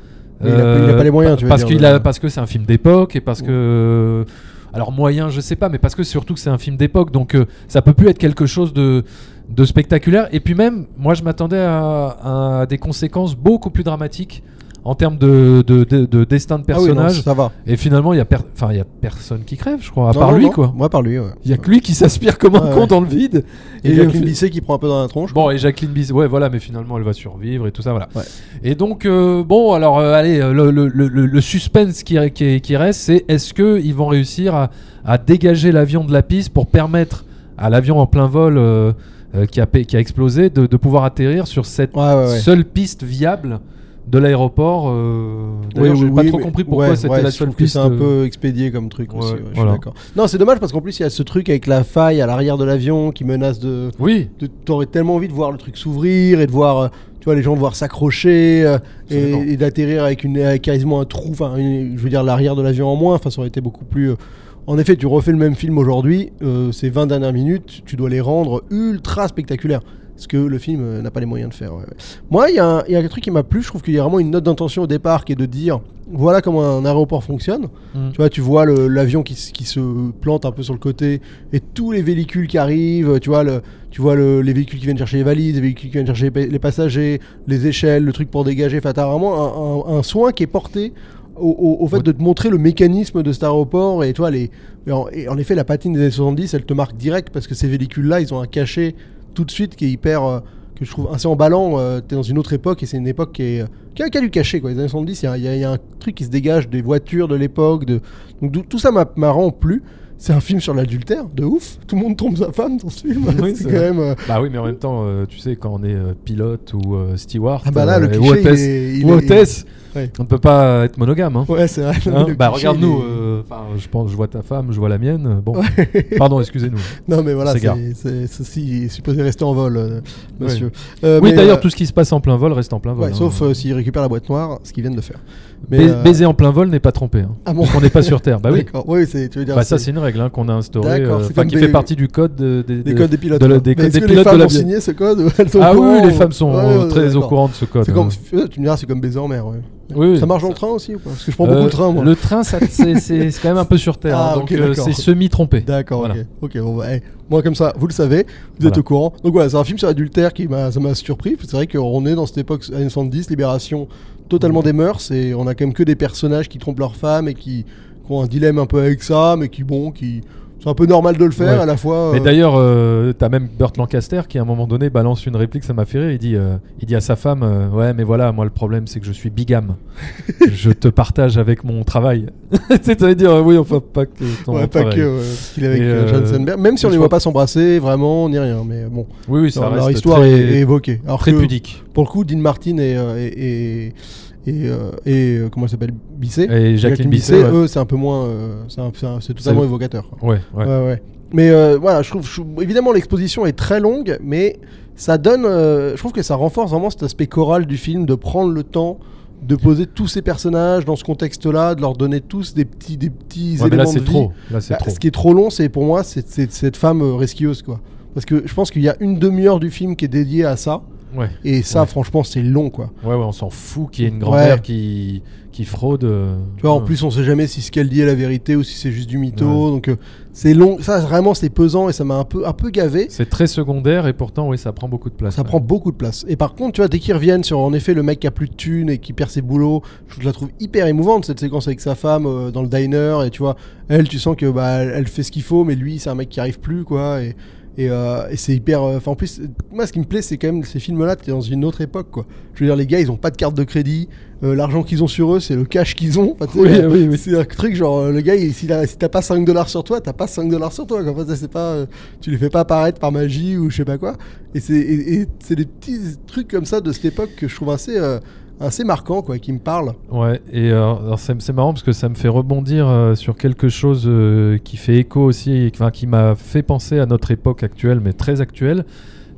Speaker 1: Euh,
Speaker 2: Mais il a pas- il a pas les moyens, tu veux
Speaker 1: parce
Speaker 2: dire, euh.
Speaker 1: qu'il
Speaker 2: de-
Speaker 1: a, parce que c'est un film d'époque et parce
Speaker 2: Ouais.
Speaker 1: que, alors moyen, je sais pas, mais parce que surtout que c'est un film d'époque, donc euh, ça peut plus être quelque chose de de spectaculaire. Et puis même, moi, je m'attendais à, à des conséquences beaucoup plus dramatiques en termes de, de, de- de destin de
Speaker 2: ah oui, non,
Speaker 1: personnage.
Speaker 2: ça va.
Speaker 1: et finalement, il y a per- enfin, il y a personne qui crève, je crois, à
Speaker 2: Non,
Speaker 1: part
Speaker 2: non,
Speaker 1: lui,
Speaker 2: non.
Speaker 1: quoi.
Speaker 2: Moi par lui, ouais.
Speaker 1: Il y a que lui qui s'aspire comme un
Speaker 2: Ouais,
Speaker 1: con
Speaker 2: ouais.
Speaker 1: dans le vide.
Speaker 2: Et,
Speaker 1: Et,
Speaker 2: Jacqueline
Speaker 1: euh,
Speaker 2: Bisset qui prend un peu dans la tronche.
Speaker 1: Bon, et Jacqueline Bis, ouais, voilà, mais finalement, elle va survivre et tout ça, voilà.
Speaker 2: Ouais.
Speaker 1: Et donc, euh, bon, alors, euh, allez, euh, le, le- le- le- le suspense qui, qui- qui reste, c'est est-ce qu'ils vont réussir à, à dégager l'avion de la piste pour permettre à l'avion en plein vol euh, euh, qui, a, pé- qui a explosé de, de pouvoir atterrir sur cette
Speaker 2: Ouais, ouais, ouais.
Speaker 1: seule piste viable de l'aéroport euh,
Speaker 2: Oui,
Speaker 1: D'ailleurs, j'ai
Speaker 2: oui,
Speaker 1: pas
Speaker 2: oui,
Speaker 1: trop
Speaker 2: mais-
Speaker 1: compris pourquoi
Speaker 2: ouais,
Speaker 1: c'était
Speaker 2: ouais,
Speaker 1: la
Speaker 2: je
Speaker 1: seule
Speaker 2: trouve que
Speaker 1: piste.
Speaker 2: C'est un
Speaker 1: euh,
Speaker 2: peu expédié comme truc
Speaker 1: Ouais,
Speaker 2: aussi. ouais, Je suis
Speaker 1: voilà.
Speaker 2: d'accord. Non, c'est dommage parce qu'en plus il y a ce truc avec la faille à l'arrière de l'avion qui menace de.
Speaker 1: euh, Oui,
Speaker 2: de- T'aurais tellement envie de voir le truc s'ouvrir et de voir, euh, tu vois, les gens devoir s'accrocher euh, et,
Speaker 1: Absolument.
Speaker 2: et d'atterrir avec, une, avec quasiment un trou, enfin, une- je veux dire, l'arrière de l'avion en moins. Enfin, ça aurait été beaucoup plus. euh, En effet, tu refais le même film aujourd'hui, euh, ces 20 dernières minutes, tu dois les rendre ultra spectaculaires. Ce que le film euh, n'a pas les moyens de faire. ouais, ouais. Moi, il y, a un- il y a un truc qui m'a plu, je trouve qu'il y a vraiment une note d'intention au départ qui est de dire voilà comment un aéroport fonctionne.
Speaker 1: Mm.
Speaker 2: Tu vois, tu vois le- l'avion qui, s- qui se plante un peu sur le côté et tous les véhicules qui arrivent. Tu vois, le, tu vois le- les véhicules qui viennent chercher les valises, les véhicules qui viennent chercher les, pa- les passagers, les échelles, le truc pour dégager. Enfin, t'as vraiment un, un- un soin qui est porté au, au- au fait
Speaker 1: Ouais.
Speaker 2: de te montrer le mécanisme de cet aéroport. Et toi, les, et en, et en effet, la patine des années 70, elle te marque direct parce que ces véhicules-là, ils ont un cachet tout de suite qui est hyper. euh, que je trouve assez emballant, euh, t'es dans une autre époque et c'est une époque qui, est, euh, qui, a, qui a du cachet. Quoi. Les années 70, il y a- il y, a- il y a un truc qui se dégage des voitures de l'époque. De... Donc d'où- tout ça m'a m'a rend plus. C'est un film sur l'adultère, de ouf. Tout le monde trompe sa femme dans ce film.
Speaker 1: Oui, c'est
Speaker 2: c'est quand
Speaker 1: vrai.
Speaker 2: même. euh,
Speaker 1: Bah oui, mais en même temps, euh, tu sais, quand on est euh, pilote ou euh, steward,
Speaker 2: Ah bah là,
Speaker 1: euh,
Speaker 2: le
Speaker 1: ou
Speaker 2: cliché, il
Speaker 1: hôtesse,
Speaker 2: est, il
Speaker 1: ou
Speaker 2: est-
Speaker 1: hôtesse,
Speaker 2: Ouais.
Speaker 1: on ne peut pas être monogame. Hein.
Speaker 2: Ouais, c'est vrai.
Speaker 1: Hein
Speaker 2: Le
Speaker 1: bah
Speaker 2: cliché,
Speaker 1: regarde-nous,
Speaker 2: il est-
Speaker 1: euh, enfin, je pense, je vois ta femme, je vois la mienne. Bon, <laughs> pardon, excusez-nous.
Speaker 2: Non, mais voilà,
Speaker 1: c'est grave.
Speaker 2: c'est- c'est- ceci est supposé rester en vol, euh,
Speaker 1: Ouais.
Speaker 2: monsieur. Euh,
Speaker 1: oui,
Speaker 2: mais,
Speaker 1: d'ailleurs,
Speaker 2: euh,
Speaker 1: tout ce qui se passe en plein vol reste en plein vol.
Speaker 2: ouais,
Speaker 1: hein.
Speaker 2: Sauf euh, s'ils récupèrent la boîte noire, ce qu'ils viennent de faire.
Speaker 1: Ba-
Speaker 2: mais, euh,
Speaker 1: Baiser en plein vol n'est pas trompé. Hein,
Speaker 2: Ah bon
Speaker 1: puisqu'on n'est pas sur Terre. Bah oui.
Speaker 2: D'accord. Oui, c'est- tu veux dire.
Speaker 1: Bah ça,
Speaker 2: c'est-
Speaker 1: c'est une règle hein, qu'on a instaurée,
Speaker 2: D'accord,
Speaker 1: euh,
Speaker 2: c'est
Speaker 1: enfin,
Speaker 2: comme
Speaker 1: qui
Speaker 2: des-
Speaker 1: fait partie du code euh, des,
Speaker 2: des
Speaker 1: des-
Speaker 2: codes des pilotes.
Speaker 1: de la-
Speaker 2: quoi.
Speaker 1: des
Speaker 2: Mais
Speaker 1: codes
Speaker 2: est-ce
Speaker 1: des
Speaker 2: que
Speaker 1: pilotes
Speaker 2: les
Speaker 1: de
Speaker 2: femmes ont
Speaker 1: l'avion.
Speaker 2: signé ce code ou elles sont
Speaker 1: Ah
Speaker 2: au
Speaker 1: oui,
Speaker 2: courant
Speaker 1: les
Speaker 2: ou-
Speaker 1: femmes sont
Speaker 2: Ouais,
Speaker 1: euh,
Speaker 2: ouais,
Speaker 1: très au
Speaker 2: d'accord.
Speaker 1: courant de ce code.
Speaker 2: C'est comme,
Speaker 1: hein.
Speaker 2: euh, tu me diras, c'est comme baiser en mer. ouais.
Speaker 1: Oui, oui.
Speaker 2: Ça marche dans le train aussi ou pas Parce que je prends beaucoup
Speaker 1: Euh,
Speaker 2: de train, moi.
Speaker 1: Le train, ça- c'est c'est- c'est quand même un peu sur Terre,
Speaker 2: Ah,
Speaker 1: hein, donc
Speaker 2: ok,
Speaker 1: euh,
Speaker 2: d'accord.
Speaker 1: c'est semi-trompé.
Speaker 2: D'accord,
Speaker 1: Voilà.
Speaker 2: ok. Ok, bon, bah, eh, moi comme ça, vous le savez, vous êtes
Speaker 1: Voilà.
Speaker 2: au courant. Donc voilà, c'est un film sur l'adultère qui m'a, ça m'a surpris. C'est vrai qu'on est dans cette époque années 70, libération totalement des mœurs, et on a quand même que des personnages qui trompent leur femme et qui, qui ont un dilemme un peu avec ça, mais qui, bon, qui. C'est un peu normal de le faire
Speaker 1: Ouais.
Speaker 2: à la fois.
Speaker 1: Mais
Speaker 2: euh,
Speaker 1: d'ailleurs, euh, t'as même Burt Lancaster qui, à un moment donné, balance une réplique, ça m'a fait rire. Il dit, euh, il dit à sa femme euh, Ouais, mais voilà, moi, le problème, c'est que je suis
Speaker 2: <laughs>
Speaker 1: bigame. je te partage avec mon travail. <laughs> tu sais, ça veut dire euh, Oui, enfin, pas que ton
Speaker 2: ouais, pas
Speaker 1: travail.
Speaker 2: que euh, ce qu'il est avec
Speaker 1: Et,
Speaker 2: euh,
Speaker 1: euh,
Speaker 2: Jansenberg. Même si on
Speaker 1: je
Speaker 2: les voit
Speaker 1: vois-
Speaker 2: pas s'embrasser vraiment, ni rien, mais bon,
Speaker 1: Oui, oui, ça
Speaker 2: leur-
Speaker 1: reste
Speaker 2: leur histoire
Speaker 1: très,
Speaker 2: est, est évoquée. Alors
Speaker 1: très
Speaker 2: que,
Speaker 1: pudique.
Speaker 2: Pour le coup, Dean Martin et. euh, et, et- et, euh, et, euh, comment elle s'appelle Bisset
Speaker 1: Et Jacqueline Bisset, ouais.
Speaker 2: eux, c'est un peu moins. euh, c'est un- c'est un- c'est totalement
Speaker 1: le-
Speaker 2: évocateur. quoi.
Speaker 1: Ouais, ouais.
Speaker 2: Ouais, ouais. Mais euh, voilà, je trouve, je trouve- évidemment l'exposition est très longue, mais ça donne, euh, je trouve que ça renforce vraiment cet aspect choral du film, de prendre le temps de poser tous ces personnages dans ce contexte-là, de leur donner tous des petits, des petits
Speaker 1: Ouais, mais là,
Speaker 2: éléments de
Speaker 1: c'est
Speaker 2: vie.
Speaker 1: trop. Là, c'est
Speaker 2: Bah,
Speaker 1: trop.
Speaker 2: Ce qui est trop long, c'est pour moi, c'est c'est- cette femme euh, resquilleuse, quoi. Parce que je pense qu'il y a une demi-heure du film qui est dédiée à ça,
Speaker 1: Ouais.
Speaker 2: et ça,
Speaker 1: Ouais.
Speaker 2: franchement, c'est long, quoi.
Speaker 1: ouais, ouais, on s'en fout qu'il y ait une grand-mère
Speaker 2: Ouais.
Speaker 1: qui, qui fraude. euh,
Speaker 2: Tu vois, en
Speaker 1: ouais.
Speaker 2: plus, on sait jamais si ce qu'elle dit est la vérité ou si c'est juste du mytho.
Speaker 1: Ouais.
Speaker 2: Donc, euh, c'est long. Ça, vraiment, c'est pesant et ça m'a un peu, un peu gavé.
Speaker 1: C'est très secondaire et pourtant, oui, ça prend beaucoup de place.
Speaker 2: Ça
Speaker 1: ouais. <laughs>
Speaker 2: prend beaucoup de place. Et par contre, tu vois, dès qu'ils reviennent sur, en effet, le mec qui a plus de thunes et qui perd ses boulots, je la trouve hyper émouvante, cette séquence avec sa femme euh, dans le diner. Et tu vois, elle, tu sens que bah, elle- elle fait ce qu'il faut, mais lui, c'est un mec qui arrive plus, quoi. Et, et, euh, et c'est hyper. euh, Enfin, en plus, euh, moi, ce qui me plaît, c'est quand même ces films-là, t'es dans une autre époque, quoi. Je veux dire, les gars, ils ont pas de carte de crédit. Euh, L'argent qu'ils ont sur eux, c'est le cash qu'ils ont. Enfin, tu sais,
Speaker 1: Oui,
Speaker 2: euh,
Speaker 1: oui, oui.
Speaker 2: C'est un truc genre, euh, le gars, il- s'il a- si t'as pas 5 dollars sur toi, t'as pas 5 dollars sur toi. quoi. Enfin, ça, c'est pas, euh, tu les fais pas apparaître par magie ou je sais pas quoi. Et c'est et- et c'est des petits trucs comme ça de cette époque que je trouve assez, euh, assez marquant, quoi, qui me parlent.
Speaker 1: Ouais, et euh, alors, c'est c'est marrant parce que ça me fait rebondir euh, sur quelque chose euh, qui fait écho aussi, et- enfin, qui m'a fait penser à notre époque actuelle, mais très actuelle.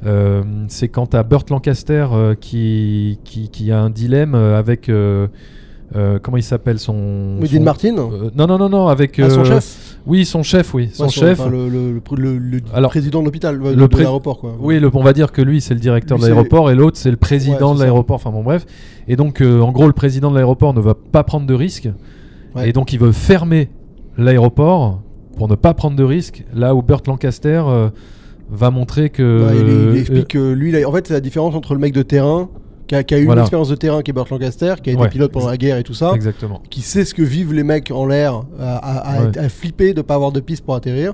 Speaker 1: Euh, c'est quand à Burt Lancaster euh, qui, qui, qui a un dilemme euh, avec. euh, euh, comment il s'appelle son.
Speaker 2: Mais
Speaker 1: son-
Speaker 2: Dean Martin,
Speaker 1: Euh, Non, non, non, non, avec.
Speaker 2: à son
Speaker 1: euh,
Speaker 2: chef,
Speaker 1: Oui, son chef, oui. Son
Speaker 2: Ouais, son-
Speaker 1: chef.
Speaker 2: enfin, le, le- le- le
Speaker 1: Alors,
Speaker 2: président de l'hôpital, euh, de,
Speaker 1: le
Speaker 2: de
Speaker 1: pré-
Speaker 2: l'aéroport, quoi.
Speaker 1: Oui, le- on va dire que lui, c'est le directeur
Speaker 2: Lui,
Speaker 1: de
Speaker 2: c'est-
Speaker 1: l'aéroport et l'autre, c'est le président
Speaker 2: Ouais, c'est
Speaker 1: de
Speaker 2: ça.
Speaker 1: l'aéroport. Enfin bon, bref. Et donc, euh, en gros, le président de l'aéroport ne va pas prendre de risques.
Speaker 2: Ouais.
Speaker 1: Et donc, il veut fermer l'aéroport pour ne pas prendre de risques. Là où Burt Lancaster euh, va montrer que.
Speaker 2: Ouais, Bah, il, il
Speaker 1: euh,
Speaker 2: explique que lui, là, en fait, c'est la différence entre le mec de terrain qui a, qui a eu une
Speaker 1: Voilà.
Speaker 2: expérience de terrain, qui est Burt Lancaster, qui a été
Speaker 1: Ouais.
Speaker 2: pilote pendant la guerre et tout
Speaker 1: euh,
Speaker 2: ça,
Speaker 1: Exactement.
Speaker 2: qui sait ce que vivent les mecs en l'air euh, à, à- à-
Speaker 1: Ouais.
Speaker 2: à flipper de pas avoir de piste pour atterrir,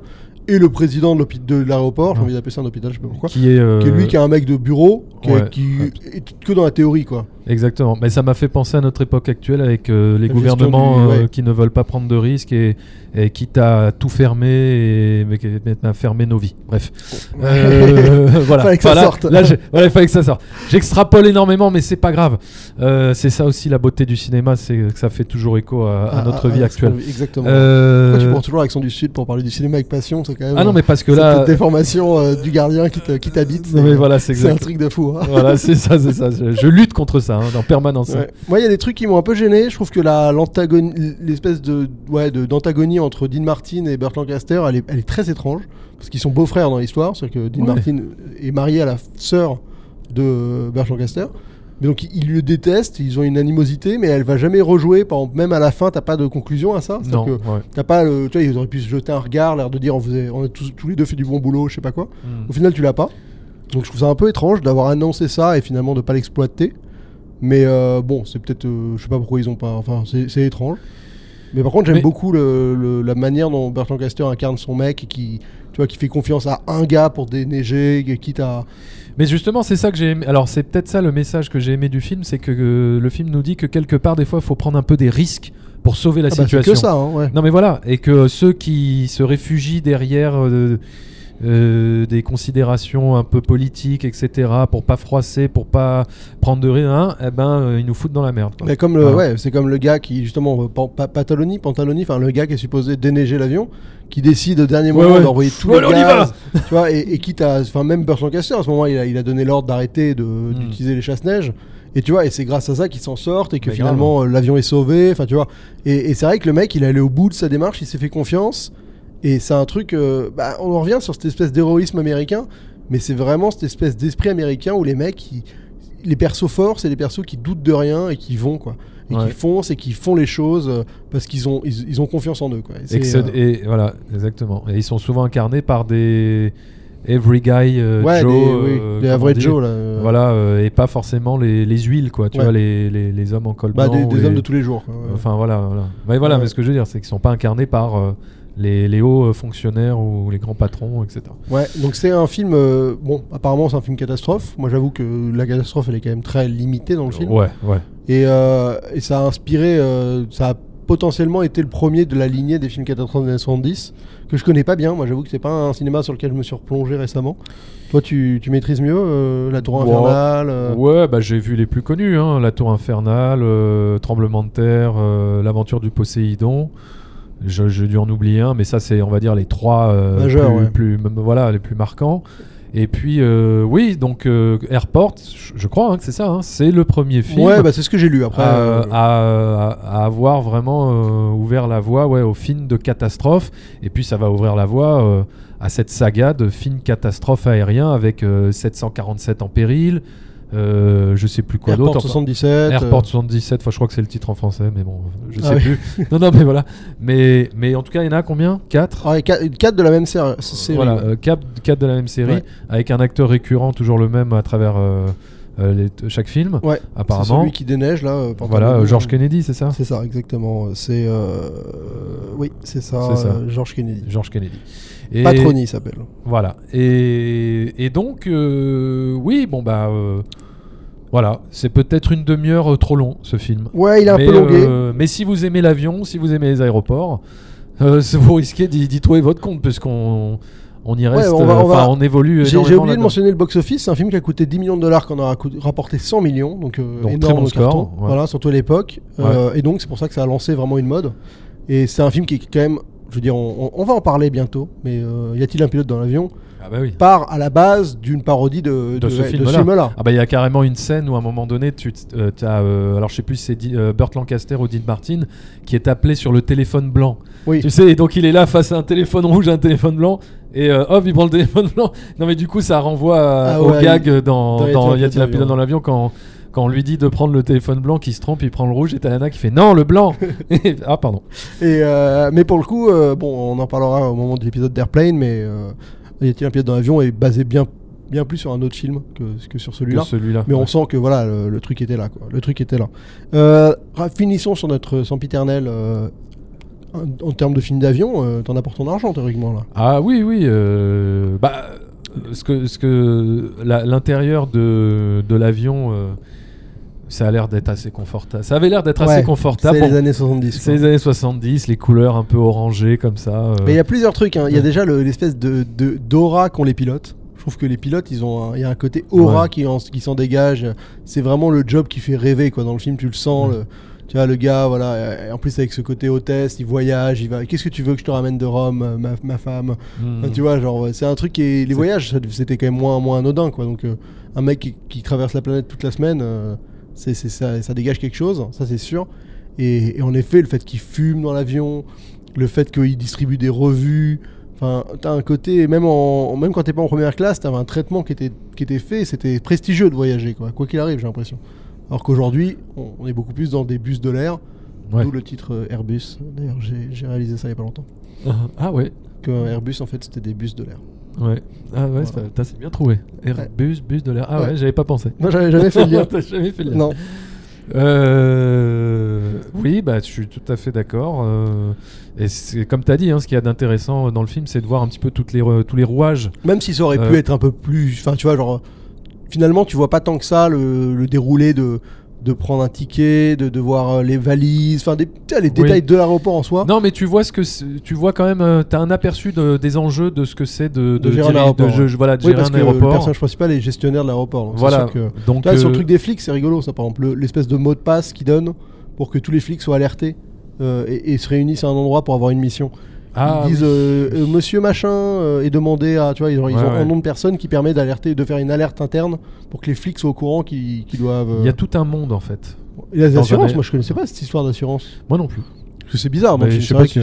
Speaker 2: et le président de l'hôpital- de l'aéroport, j'ai envie d'appeler ça un hôpital, je sais pas pourquoi,
Speaker 1: Qui est, euh,
Speaker 2: qui est lui qui a un mec de bureau qui,
Speaker 1: ouais,
Speaker 2: qui
Speaker 1: ouais.
Speaker 2: est que dans la théorie quoi.
Speaker 1: Exactement. Mais ça m'a fait penser à notre époque actuelle avec euh, les
Speaker 2: La
Speaker 1: gouvernements
Speaker 2: gestion du-
Speaker 1: euh,
Speaker 2: ouais.
Speaker 1: qui ne veulent pas prendre de risques et, et quitte à tout fermer et mais qui- mais à fermer nos vies. Bref.
Speaker 2: <laughs>
Speaker 1: Euh, voilà.
Speaker 2: Fallait que ça
Speaker 1: Voilà.
Speaker 2: sorte.
Speaker 1: Là, j'ai- voilà, il fallait que ça sorte. J'extrapole énormément, mais c'est pas grave. Euh, c'est ça aussi la beauté du cinéma, c'est que ça fait toujours écho à, à notre vie
Speaker 2: à-
Speaker 1: actuelle.
Speaker 2: Exactement.
Speaker 1: Euh,
Speaker 2: ah, Pourquoi tu prends toujours l'accent du sud pour parler du cinéma avec passion, c'est quand même
Speaker 1: Ah non, mais parce que
Speaker 2: cette
Speaker 1: là.
Speaker 2: déformation euh, du gardien qui te- qui t'habite.
Speaker 1: Non, mais
Speaker 2: c'est-
Speaker 1: voilà, c'est
Speaker 2: C'est un
Speaker 1: exact.
Speaker 2: truc de fou. hein.
Speaker 1: voilà, c'est ça, c'est ça. Je, je lutte contre ça. ça, hein, en permanence. hein.
Speaker 2: Ouais. Moi, il y a des trucs qui m'ont un peu gêné. Je trouve que la- l'antagonie- l'espèce de ouais de- d'antagonie entre Dean Martin et Burt Lancaster, elle est, elle est très étrange parce qu'ils sont beaux frères dans l'histoire. C'est que Dean
Speaker 1: Ouais.
Speaker 2: Martin est marié à la f- sœur de Burt Lancaster. Mais donc il- il le déteste, ils ont une animosité, mais elle va jamais rejouer. Par exemple, même à la fin, t'as pas de conclusion à ça. C'est-à-dire
Speaker 1: Non,
Speaker 2: que
Speaker 1: ouais.
Speaker 2: t'as pas, le- tu vois, ils auraient pu se jeter un regard, l'air de dire on, faisait- on a tous, tous les deux fait du bon boulot, je sais pas quoi.
Speaker 1: Hmm.
Speaker 2: Au final, tu l'as pas. Donc je trouve ça un peu étrange d'avoir annoncé ça et finalement de pas l'exploiter. Mais euh, bon, c'est peut-être, euh, je sais pas pourquoi ils ont pas. Enfin, c'est c'est étrange. Mais par contre, j'aime
Speaker 1: Mais-
Speaker 2: beaucoup le- le- la manière dont Bert Lancaster incarne son mec et qui, tu vois, qui fait confiance à un gars pour déneiger, ah quitte à.
Speaker 1: Mais justement, c'est ça que j'ai aimé. Alors, c'est peut-être ça le message que j'ai aimé du film, c'est que euh, le film nous dit que quelque part, des fois, il faut prendre un peu des risques pour sauver la
Speaker 2: Ah bah, c'est
Speaker 1: situation.
Speaker 2: que ça, hein, ouais.
Speaker 1: Non, mais voilà, et que euh, ceux qui se réfugient derrière euh, euh, des considérations un peu politiques, etc., pour pas froisser, pour pas prendre de rien, eh ben, euh, ils nous foutent dans la merde. quoi.
Speaker 2: Mais comme le,
Speaker 1: Voilà.
Speaker 2: ouais, c'est comme le gars qui justement euh, pan- pa- Pataloni, Pantaloni, enfin le gars qui est supposé déneiger l'avion, qui décide au dernier
Speaker 1: Ouais,
Speaker 2: moment
Speaker 1: ouais.
Speaker 2: d'envoyer tout
Speaker 1: Ouais,
Speaker 2: le
Speaker 1: on y
Speaker 2: gaz, tu vois, et, et quitte à, enfin même Burt Lancaster à ce moment il a, il a donné l'ordre d'arrêter de-
Speaker 1: Hmm.
Speaker 2: d'utiliser les chasse-neige, et tu vois, et c'est grâce à ça qu'ils s'en sortent et que
Speaker 1: Mais
Speaker 2: finalement euh, l'avion est sauvé, enfin tu vois, et, et c'est vrai que le mec il est allé au bout de sa démarche, il s'est fait confiance, et c'est un truc, euh, bah, on en revient sur cette espèce d'héroïsme américain, mais c'est vraiment cette espèce d'esprit américain où les mecs ils- les persos forts, c'est les persos qui doutent de rien et qui vont quoi, et
Speaker 1: Ouais.
Speaker 2: qui foncent et qui font les choses euh, parce qu'ils ont ils, ils ont confiance en eux quoi. Et
Speaker 1: Et,
Speaker 2: c'est,
Speaker 1: que ce-
Speaker 2: euh,
Speaker 1: et voilà, exactement. Et ils sont souvent incarnés par des every guy euh,
Speaker 2: ouais,
Speaker 1: Joe,
Speaker 2: des,
Speaker 1: euh,
Speaker 2: oui, des
Speaker 1: comment
Speaker 2: average
Speaker 1: dire.
Speaker 2: Joe là. euh,
Speaker 1: Voilà, euh, et pas forcément les, les huiles, quoi. Tu
Speaker 2: Ouais.
Speaker 1: vois, les, les, les hommes en col
Speaker 2: bah,
Speaker 1: blanc.
Speaker 2: des,
Speaker 1: ou
Speaker 2: des
Speaker 1: les-
Speaker 2: hommes de tous les jours. quoi, ouais.
Speaker 1: Enfin, voilà. voilà. Mais voilà,
Speaker 2: Ouais.
Speaker 1: mais ce que je veux dire, c'est qu'ils sont pas incarnés par euh, les, les hauts euh, fonctionnaires ou les grands patrons, etc.
Speaker 2: Ouais, donc c'est un film euh, bon, apparemment c'est un film catastrophe. Moi j'avoue que la catastrophe elle est quand même très limitée dans le film.
Speaker 1: Ouais, ouais.
Speaker 2: Et, euh, et ça a inspiré, euh, ça a potentiellement été le premier de la lignée des films catastrophes des années 70, que je connais pas bien. Moi, j'avoue que c'est pas un cinéma sur lequel je me suis replongé récemment. Toi, tu, tu maîtrises mieux euh, La Tour
Speaker 1: Ouais.
Speaker 2: Infernale euh,
Speaker 1: Ouais, bah j'ai vu les plus connus, hein, La Tour Infernale, euh, Tremblement de Terre, euh, L'Aventure du Poséidon. Je- J'ai dû en oublier un, mais ça c'est, on va dire, les trois euh,
Speaker 2: Majeurs,
Speaker 1: plus,
Speaker 2: ouais.
Speaker 1: plus- m- voilà, les plus marquants. Et puis, euh, oui, donc euh, Airport, je- je crois hein, que c'est ça, hein, c'est le premier film
Speaker 2: Ouais, bah, c'est ce que j'ai lu après.
Speaker 1: à,
Speaker 2: euh,
Speaker 1: à- à avoir vraiment euh, ouvert la voie ouais, au film de catastrophe. Et puis ça va ouvrir la voie euh, à cette saga de film catastrophe aérien avec euh, 747 en péril, euh, je sais plus quoi
Speaker 2: Airport
Speaker 1: d'autre. enfin,
Speaker 2: 77.
Speaker 1: Airport 77, enfin je crois que c'est le titre en français, mais bon, je
Speaker 2: Ah
Speaker 1: sais plus. Non, non, mais voilà. Mais, mais en tout cas, il y en a combien 4
Speaker 2: euh, ouais, quatre- quatre de la même série. série,
Speaker 1: Voilà, euh,
Speaker 2: ouais.
Speaker 1: 4, de la même série,
Speaker 2: Ouais.
Speaker 1: avec un acteur récurrent, toujours le même à travers euh, euh, les- chaque film,
Speaker 2: Ouais, C'est
Speaker 1: apparemment.
Speaker 2: celui qui déneige là. euh, pendant
Speaker 1: Voilà,
Speaker 2: le-
Speaker 1: euh, George Kennedy, c'est ça
Speaker 2: C'est ça, exactement. C'est. euh, Oui, c'est ça.
Speaker 1: C'est ça.
Speaker 2: euh, George Kennedy.
Speaker 1: George Kennedy. Et
Speaker 2: Patroni il s'appelle.
Speaker 1: Voilà. Et, et donc, euh, oui, bon, bah. euh, voilà, c'est peut-être une demi-heure euh, trop long, ce film.
Speaker 2: Ouais, il est un
Speaker 1: mais,
Speaker 2: peu longué.
Speaker 1: euh, mais si vous aimez l'avion, si vous aimez les aéroports, euh, <laughs> vous risquez d'y d'y trouver votre compte, puisqu'on on y reste.
Speaker 2: on va-
Speaker 1: euh,
Speaker 2: on va-
Speaker 1: enfin, on évolue.
Speaker 2: J'ai- J'ai
Speaker 1: énormément
Speaker 2: oublié de
Speaker 1: là-dedans.
Speaker 2: mentionner le box-office, c'est un film qui a coûté 10 millions de dollars, qu'on aura coûté- rapporté 100 millions, donc, euh,
Speaker 1: Donc,
Speaker 2: énorme
Speaker 1: très bon score,
Speaker 2: carton,
Speaker 1: ouais.
Speaker 2: voilà, surtout à l'époque. Euh, et donc c'est pour ça que ça a lancé vraiment une mode. Et c'est un film qui est quand même, je veux dire, on, on- on va en parler bientôt, mais euh, y a-t-il un pilote dans l'avion
Speaker 1: Ah, bah oui.
Speaker 2: Part à la base d'une parodie de,
Speaker 1: De ce film-là.
Speaker 2: film-là.
Speaker 1: Ah bah il y a carrément une scène où à un moment donné tu t- euh, t'as, euh, alors je sais plus si c'est Di- euh, Burt Lancaster ou Dean Martin qui est appelé sur le téléphone blanc.
Speaker 2: Oui.
Speaker 1: Tu sais et donc il est là face à un téléphone rouge, un téléphone blanc et euh, hop il prend le téléphone blanc. Non mais du coup ça renvoie à-
Speaker 2: Ah
Speaker 1: au
Speaker 2: ouais,
Speaker 1: gag dans,
Speaker 2: dans
Speaker 1: dans,
Speaker 2: Y
Speaker 1: Y a-t-il un pilote dans l'avion quand quand on lui dit de prendre le téléphone blanc, qui se trompe, il prend le rouge et t'as la nana qui fait non le
Speaker 2: <laughs>
Speaker 1: blanc. Et- ah pardon.
Speaker 2: Et, euh, mais pour le coup, euh, bon, on en parlera au moment de l'épisode d'Airplane, mais euh, y a-t-il un pilote dans l'avion est basé bien, bien plus sur un autre film que, que sur
Speaker 1: Que
Speaker 2: celui-là.
Speaker 1: Celui-là.
Speaker 2: Mais on sent que voilà, le, le truc était là, quoi. Le truc était là. Euh, ra- finissons sur notre sempiternel euh, en, en termes de film d'avion. euh, T'en apportes ton argent théoriquement là.
Speaker 1: Ah oui, oui. euh, bah, euh, ce que, ce que la- l'intérieur de, de l'avion, euh, ça a l'air d'être assez confortable. Ça avait l'air d'être
Speaker 2: Ouais,
Speaker 1: assez
Speaker 2: C'est
Speaker 1: confortable.
Speaker 2: les
Speaker 1: Bon,
Speaker 2: années 70.
Speaker 1: C'est
Speaker 2: quoi.
Speaker 1: les années 70, les couleurs un peu orangées comme ça. euh,
Speaker 2: Mais il y a plusieurs trucs. hein. Il y a
Speaker 1: Ouais.
Speaker 2: déjà le- l'espèce de de- d'aura qu'ont les pilotes. Je trouve que les pilotes, ils ont, un- il y a un côté aura
Speaker 1: Ouais.
Speaker 2: qui en- qui s'en dégage. C'est vraiment le job qui fait rêver quoi. Dans le film, tu le sens.
Speaker 1: Ouais.
Speaker 2: le- tu vois le gars, voilà. euh, En plus avec ce côté hôtesse, il voyage, il va. Qu'est-ce que tu veux que je te ramène de Rome, euh, ma- ma femme
Speaker 1: hmm,
Speaker 2: Enfin, tu vois, genre, ouais, c'est un truc qui est- Les voyages, ça- c'était quand même moins, moins anodin, quoi. Donc, euh, un mec qui, qui traverse la planète toute la semaine, euh, C'est, c'est- ça, ça dégage quelque chose, ça c'est sûr. Et, et en effet, le fait qu'il fume dans l'avion, le fait qu'il distribue des revues, enfin, t'as un côté, même, en, même quand t'es pas en première classe, t'avais un traitement qui était, qui était fait, c'était prestigieux de voyager, quoi, quoi qu'il arrive, j'ai l'impression. Alors qu'aujourd'hui, on, on est beaucoup plus dans des bus de l'air,
Speaker 1: Ouais.
Speaker 2: d'où le titre euh, Airbus. D'ailleurs, j'ai, j'ai réalisé ça il y a pas longtemps.
Speaker 1: <laughs> Ah ouais.
Speaker 2: Qu'un Airbus, en fait, c'était des bus de l'air.
Speaker 1: Ouais. Ah ouais,
Speaker 2: Voilà.
Speaker 1: c'est pas- putain, c'est bien trouvé. Airbus, bus de l'air. Ah ouais,
Speaker 2: Ouais.
Speaker 1: j'avais pas pensé.
Speaker 2: Moi, j'avais jamais
Speaker 1: <laughs>
Speaker 2: fait le lien.
Speaker 1: T'as jamais fait le lien.
Speaker 2: <laughs> Non.
Speaker 1: Euh, oui, bah, je suis tout à fait d'accord. euh, et c'est comme tu as dit, hein, ce qu'il y a d'intéressant dans le film, c'est de voir un petit peu toutes les, re- tous les rouages.
Speaker 2: Même si ça aurait pu
Speaker 1: Euh.
Speaker 2: être un peu plus. Enfin, tu vois, genre. euh, Finalement, tu vois pas tant que ça le, le déroulé de, de prendre un ticket, de, de voir euh, les valises, enfin, des- tu sais, les
Speaker 1: Oui.
Speaker 2: détails de l'aéroport en soi.
Speaker 1: Non, mais tu vois ce que c'est- tu vois quand même. Tu as un aperçu de- des enjeux de ce que c'est de,
Speaker 2: De gérer un
Speaker 1: diriger-
Speaker 2: aéroport,
Speaker 1: je-
Speaker 2: ouais.
Speaker 1: je- voilà, de
Speaker 2: oui,
Speaker 1: gérer
Speaker 2: parce
Speaker 1: un
Speaker 2: que le
Speaker 1: aéroport.
Speaker 2: personnage principal est gestionnaire de l'aéroport. donc c'est
Speaker 1: Voilà.
Speaker 2: sûr que-
Speaker 1: Donc,
Speaker 2: Tu vois, sur
Speaker 1: euh,
Speaker 2: le truc des flics, c'est rigolo ça, par exemple. Le- L'espèce de mot de passe qu'ils donnent pour que tous les flics soient alertés euh, et, et se réunissent à un endroit pour avoir une mission.
Speaker 1: ah,
Speaker 2: ils disent
Speaker 1: oui.
Speaker 2: euh, euh, Monsieur machin euh, et demander à. Tu vois, ils ont, ils
Speaker 1: Ouais,
Speaker 2: ont
Speaker 1: ouais.
Speaker 2: un nom de personne qui permet d'alerter, de faire une alerte interne pour que les flics soient au courant qu'ils qu'ils doivent. euh,
Speaker 1: il y a tout un monde en fait.
Speaker 2: Et les
Speaker 1: Dans un
Speaker 2: assurances,
Speaker 1: aé-
Speaker 2: moi je connaissais pas cette histoire d'assurance.
Speaker 1: Moi non plus.
Speaker 2: Parce que c'est bizarre,
Speaker 1: Bah,
Speaker 2: Ah, moi
Speaker 1: je sais pas si,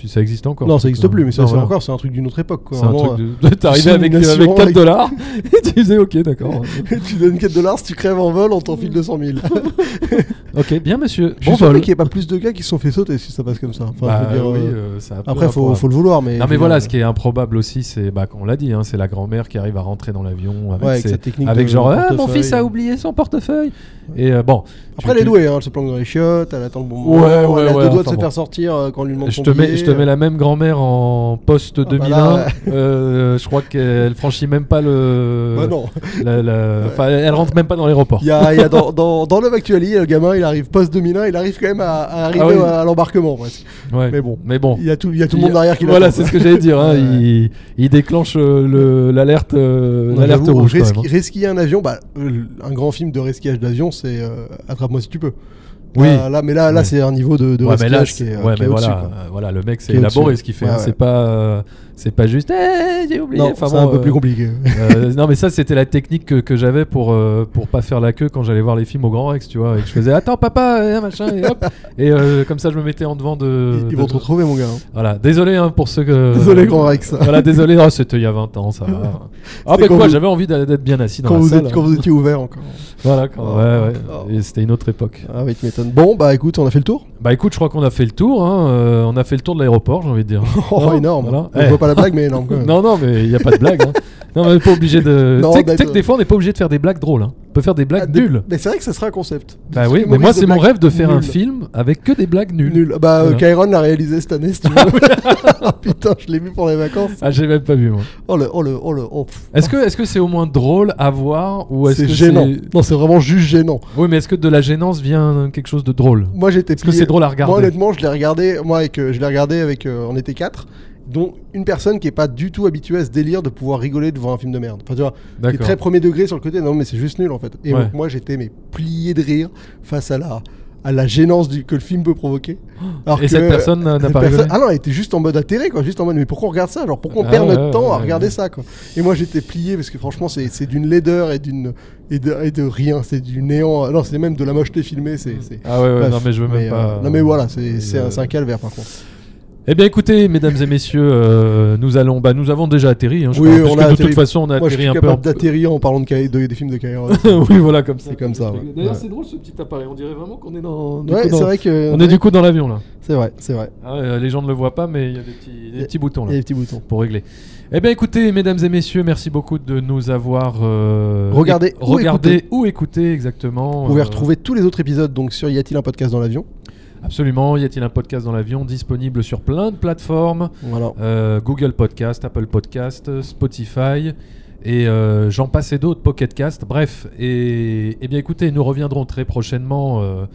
Speaker 1: si ça existe encore.
Speaker 2: Non, ça n'existe plus, mais ça,
Speaker 1: Non,
Speaker 2: c'est
Speaker 1: voilà.
Speaker 2: encore, c'est un truc d'une autre époque. Quoi.
Speaker 1: C'est un
Speaker 2: Vraiment,
Speaker 1: truc de. T'arrivais
Speaker 2: signes
Speaker 1: avec, euh, avec
Speaker 2: d'assurance,
Speaker 1: 4
Speaker 2: les-
Speaker 1: dollars <laughs> et tu disais ok, d'accord.
Speaker 2: euh, <laughs> tu donnes 4 dollars, si tu crèves en vol, on t'enfile 200 000.
Speaker 1: ok, bien monsieur. Bon
Speaker 2: je
Speaker 1: bah,
Speaker 2: suis surpris
Speaker 1: vol.
Speaker 2: qu'il n'y ait pas plus de gars qui se sont fait sauter si ça passe comme ça. Enfin,
Speaker 1: Bah,
Speaker 2: je veux dire,
Speaker 1: oui,
Speaker 2: euh,
Speaker 1: euh, ça a peu
Speaker 2: Après, faut,
Speaker 1: rapport à-
Speaker 2: faut hein. le vouloir,
Speaker 1: Non
Speaker 2: mais. je veux
Speaker 1: mais voilà,
Speaker 2: dire,
Speaker 1: ce qui est improbable aussi, c'est bah, on l'a dit, hein, c'est la grand-mère qui arrive à rentrer dans l'avion avec,
Speaker 2: ouais, avec
Speaker 1: ses-
Speaker 2: sa technique
Speaker 1: avec
Speaker 2: de
Speaker 1: genre ah, mon
Speaker 2: portefeuille. euh,
Speaker 1: fils a oublié son portefeuille et euh, bon. tu-
Speaker 2: Après, elle est
Speaker 1: tu-
Speaker 2: douée, hein, elle se planque dans les chiottes, elle attend le bon
Speaker 1: Ouais,
Speaker 2: moment.
Speaker 1: ouais,
Speaker 2: elle a
Speaker 1: ouais,
Speaker 2: deux doigts de
Speaker 1: enfin
Speaker 2: se
Speaker 1: bon.
Speaker 2: faire sortir euh, quand on lui demande
Speaker 1: Je
Speaker 2: son
Speaker 1: te, mets,
Speaker 2: billet.
Speaker 1: je te mets la même grand-mère en post
Speaker 2: bah
Speaker 1: 2001.
Speaker 2: là,
Speaker 1: euh, je crois qu'elle franchit même pas le.
Speaker 2: Bah
Speaker 1: <laughs>
Speaker 2: non,
Speaker 1: la- la-
Speaker 2: Ouais.
Speaker 1: enfin, elle rentre même pas dans l'aéroport.
Speaker 2: il y a, il y a dans, dans, dans Love Actually, le gamin il arrive post 2001, il arrive quand même à, à arriver
Speaker 1: Ah oui.
Speaker 2: à, à l'embarquement presque.
Speaker 1: Ouais.
Speaker 2: Mais bon,
Speaker 1: Mais bon.
Speaker 2: il y a tout, il y a tout le monde
Speaker 1: Il-
Speaker 2: derrière qui
Speaker 1: Voilà,
Speaker 2: l'attend,
Speaker 1: c'est ce que j'allais dire. hein,
Speaker 2: Ouais, ouais.
Speaker 1: il, il déclenche euh, le- l'alerte euh,
Speaker 2: Non,
Speaker 1: l'alerte
Speaker 2: j'avoue,
Speaker 1: rouge. quand
Speaker 2: risque-
Speaker 1: même, hein.
Speaker 2: Resquiller un avion, bah, euh, un grand film de resquillage d'avion, c'est euh, Attrape-moi si tu peux.
Speaker 1: Oui.
Speaker 2: Là, là, mais là, là
Speaker 1: Ouais.
Speaker 2: c'est un niveau de, de
Speaker 1: Ouais, mais là,
Speaker 2: resquillage qui
Speaker 1: c'est-
Speaker 2: est, euh,
Speaker 1: ouais,
Speaker 2: qui
Speaker 1: mais
Speaker 2: est au-dessus.
Speaker 1: voilà,
Speaker 2: quoi.
Speaker 1: euh, voilà, le mec c'est
Speaker 2: Qui est
Speaker 1: élaboré
Speaker 2: au-dessus.
Speaker 1: ce qu'il fait.
Speaker 2: Ouais,
Speaker 1: hein,
Speaker 2: ouais.
Speaker 1: C'est pas, euh, c'est pas juste. Eh, j'ai oublié.
Speaker 2: Non,
Speaker 1: Enfin,
Speaker 2: c'est
Speaker 1: bon,
Speaker 2: un peu
Speaker 1: euh,
Speaker 2: plus compliqué.
Speaker 1: euh, non, mais ça c'était la technique que, que j'avais pour euh, pour pas faire la queue quand j'allais voir les films au Grand Rex, tu vois, et que je faisais attends papa euh, machin et hop et euh, comme ça je me mettais en devant de.
Speaker 2: Ils-
Speaker 1: de-
Speaker 2: <laughs> Ils vont te retrouver, mon gars. hein.
Speaker 1: Voilà, désolé hein, pour ceux que.
Speaker 2: Désolé, Grand Rex.
Speaker 1: Voilà, désolé, oh, c'était il y a 20 ans,
Speaker 2: <laughs>
Speaker 1: ça va. Ah,
Speaker 2: C'était
Speaker 1: ben
Speaker 2: quand
Speaker 1: quoi,
Speaker 2: vous-
Speaker 1: j'avais envie d'a- d'être bien assis dans
Speaker 2: Quand
Speaker 1: la
Speaker 2: vous,
Speaker 1: salle. hein.
Speaker 2: êtes, quand vous étiez ouvert encore.
Speaker 1: Voilà, quand-
Speaker 2: Oh.
Speaker 1: ouais, ouais.
Speaker 2: Oh.
Speaker 1: Et c'était une autre époque.
Speaker 2: Ah oui, tu m'étonnes. Bon, bah écoute, on a fait le tour.
Speaker 1: Bah écoute, je crois qu'on a fait le tour. hein, euh, on a fait le tour de l'aéroport, j'ai envie de dire.
Speaker 2: <laughs> Oh,
Speaker 1: Non,
Speaker 2: énorme.
Speaker 1: voilà.
Speaker 2: On
Speaker 1: Eh.
Speaker 2: voit pas la blague, mais énorme quand
Speaker 1: <laughs>
Speaker 2: même.
Speaker 1: non, non, mais il n'y a pas de blague.
Speaker 2: <laughs>
Speaker 1: hein. Non, mais pas obligé de.
Speaker 2: Non,
Speaker 1: Tu sais que-
Speaker 2: bah,
Speaker 1: tu sais que des fois, on n'est pas obligé de faire des blagues drôles. hein. On peut faire des blagues
Speaker 2: Ah, des-
Speaker 1: nulles.
Speaker 2: Mais c'est vrai que ça sera un concept.
Speaker 1: Bah
Speaker 2: Des
Speaker 1: oui, mais
Speaker 2: humoristes
Speaker 1: moi, c'est mon
Speaker 2: blagues
Speaker 1: rêve de faire un
Speaker 2: nulles.
Speaker 1: film avec que des blagues nulles.
Speaker 2: Nul. Bah, euh,
Speaker 1: Voilà.
Speaker 2: Kyron l'a réalisé cette année, si
Speaker 1: <laughs>
Speaker 2: tu veux. <laughs> Putain, je l'ai vu pour les vacances.
Speaker 1: Ah, j'ai même pas vu, moi.
Speaker 2: Oh le, oh le, oh le, oh. pff.
Speaker 1: Est-ce que est-ce que c'est au moins drôle à voir ou est-ce
Speaker 2: C'est
Speaker 1: que
Speaker 2: gênant.
Speaker 1: c'est-
Speaker 2: Non, c'est vraiment juste gênant.
Speaker 1: Oui, mais est-ce que de la gênance vient quelque chose de drôle
Speaker 2: Moi j'étais
Speaker 1: Est-ce que
Speaker 2: plié.
Speaker 1: c'est drôle à regarder
Speaker 2: Moi honnêtement, je l'ai regardé moi avec euh, je l'ai regardé avec euh, on était quatre dont une personne qui est pas du tout habituée à ce délire de pouvoir rigoler devant un film de merde. Enfin tu vois, qui est très premier degré sur le côté non mais c'est juste nul en fait. Et
Speaker 1: Ouais.
Speaker 2: donc, moi j'étais mais plié de rire face à la à la gênance du- que le film
Speaker 1: <gasps>
Speaker 2: peut provoquer. Alors
Speaker 1: Et
Speaker 2: que-
Speaker 1: cette personne n'a n'a
Speaker 2: cette
Speaker 1: pas
Speaker 2: personne-
Speaker 1: rigolé
Speaker 2: Ah non, elle était juste en mode atterré quoi, juste en mode mais pourquoi on regarde ça Genre pourquoi on
Speaker 1: Ah
Speaker 2: perd
Speaker 1: ouais,
Speaker 2: notre
Speaker 1: ouais,
Speaker 2: temps à
Speaker 1: ouais,
Speaker 2: regarder
Speaker 1: ouais.
Speaker 2: ça quoi. Et moi j'étais plié parce que franchement c'est c'est d'une laideur et d'une et de, et de rien, c'est du néant. Non, c'est même de la mocheté filmée, c'est c'est-
Speaker 1: Ah ouais, ouais,
Speaker 2: Bref,
Speaker 1: non mais je veux même
Speaker 2: mais, euh,
Speaker 1: pas.
Speaker 2: non mais voilà, c'est
Speaker 1: Mais,
Speaker 2: c'est un,
Speaker 1: euh,
Speaker 2: c'est un calvaire par contre.
Speaker 1: Eh bien écoutez, mesdames et messieurs, euh, nous allons, bah nous avons déjà atterri. Hein, je
Speaker 2: Oui,
Speaker 1: crois, parce
Speaker 2: on a
Speaker 1: que de
Speaker 2: atterri.
Speaker 1: toute façon on a
Speaker 2: Moi je
Speaker 1: atterri
Speaker 2: suis
Speaker 1: un peu. en-
Speaker 2: capable d'atterrir en parlant de, Ky- de- des films de Kyron.
Speaker 1: <laughs> oui, voilà, comme ça.
Speaker 2: C'est comme ça, ouais.
Speaker 1: D'ailleurs,
Speaker 2: Ouais.
Speaker 1: c'est drôle ce petit appareil. On dirait vraiment qu'on est dans. du
Speaker 2: ouais,
Speaker 1: coup, dans-
Speaker 2: c'est vrai que
Speaker 1: On est du coup dans l'avion là.
Speaker 2: C'est vrai, c'est vrai.
Speaker 1: Ah, euh, les gens ne le voient pas, mais il y a des petits, des
Speaker 2: Et-
Speaker 1: petits boutons
Speaker 2: Il
Speaker 1: là.
Speaker 2: y a des petits boutons.
Speaker 1: pour régler. Eh bien écoutez, mesdames et messieurs, merci beaucoup de nous avoir euh,
Speaker 2: Regardez
Speaker 1: éc-
Speaker 2: ou
Speaker 1: regardez ou écouté exactement.
Speaker 2: Vous pouvez
Speaker 1: euh,
Speaker 2: retrouver tous les autres épisodes donc sur Y a-t-il un podcast dans l'avion
Speaker 1: Absolument. Y a-t-il un podcast dans l'avion disponible sur plein de plateformes
Speaker 2: Voilà.
Speaker 1: euh, Google Podcast, Apple Podcast, Spotify. Et euh, j'en passe et d'autres, Pocket Cast, bref. Et, eh bien écoutez, nous reviendrons très prochainement euh,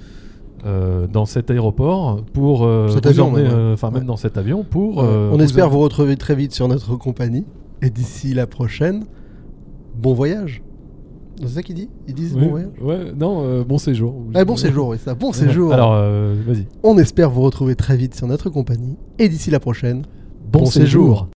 Speaker 1: euh, dans cet aéroport pour euh,
Speaker 2: Cet
Speaker 1: vous
Speaker 2: avion,
Speaker 1: emmener,
Speaker 2: même, ouais.
Speaker 1: euh, enfin même
Speaker 2: Ouais.
Speaker 1: dans cet avion pour.
Speaker 2: Ouais.
Speaker 1: euh,
Speaker 2: on espère
Speaker 1: emmener-
Speaker 2: vous retrouver très vite sur notre compagnie et d'ici la prochaine, bon voyage. C'est ça qu'ils disent Ils disent
Speaker 1: Oui,
Speaker 2: bon voyage.
Speaker 1: ouais, non, euh, bon séjour.
Speaker 2: Ah, bon séjour, oui,
Speaker 1: <laughs>
Speaker 2: ça. Bon séjour.
Speaker 1: Alors, euh, vas-y.
Speaker 2: on espère vous retrouver très vite sur notre compagnie et d'ici la prochaine,
Speaker 1: Bon, séjour.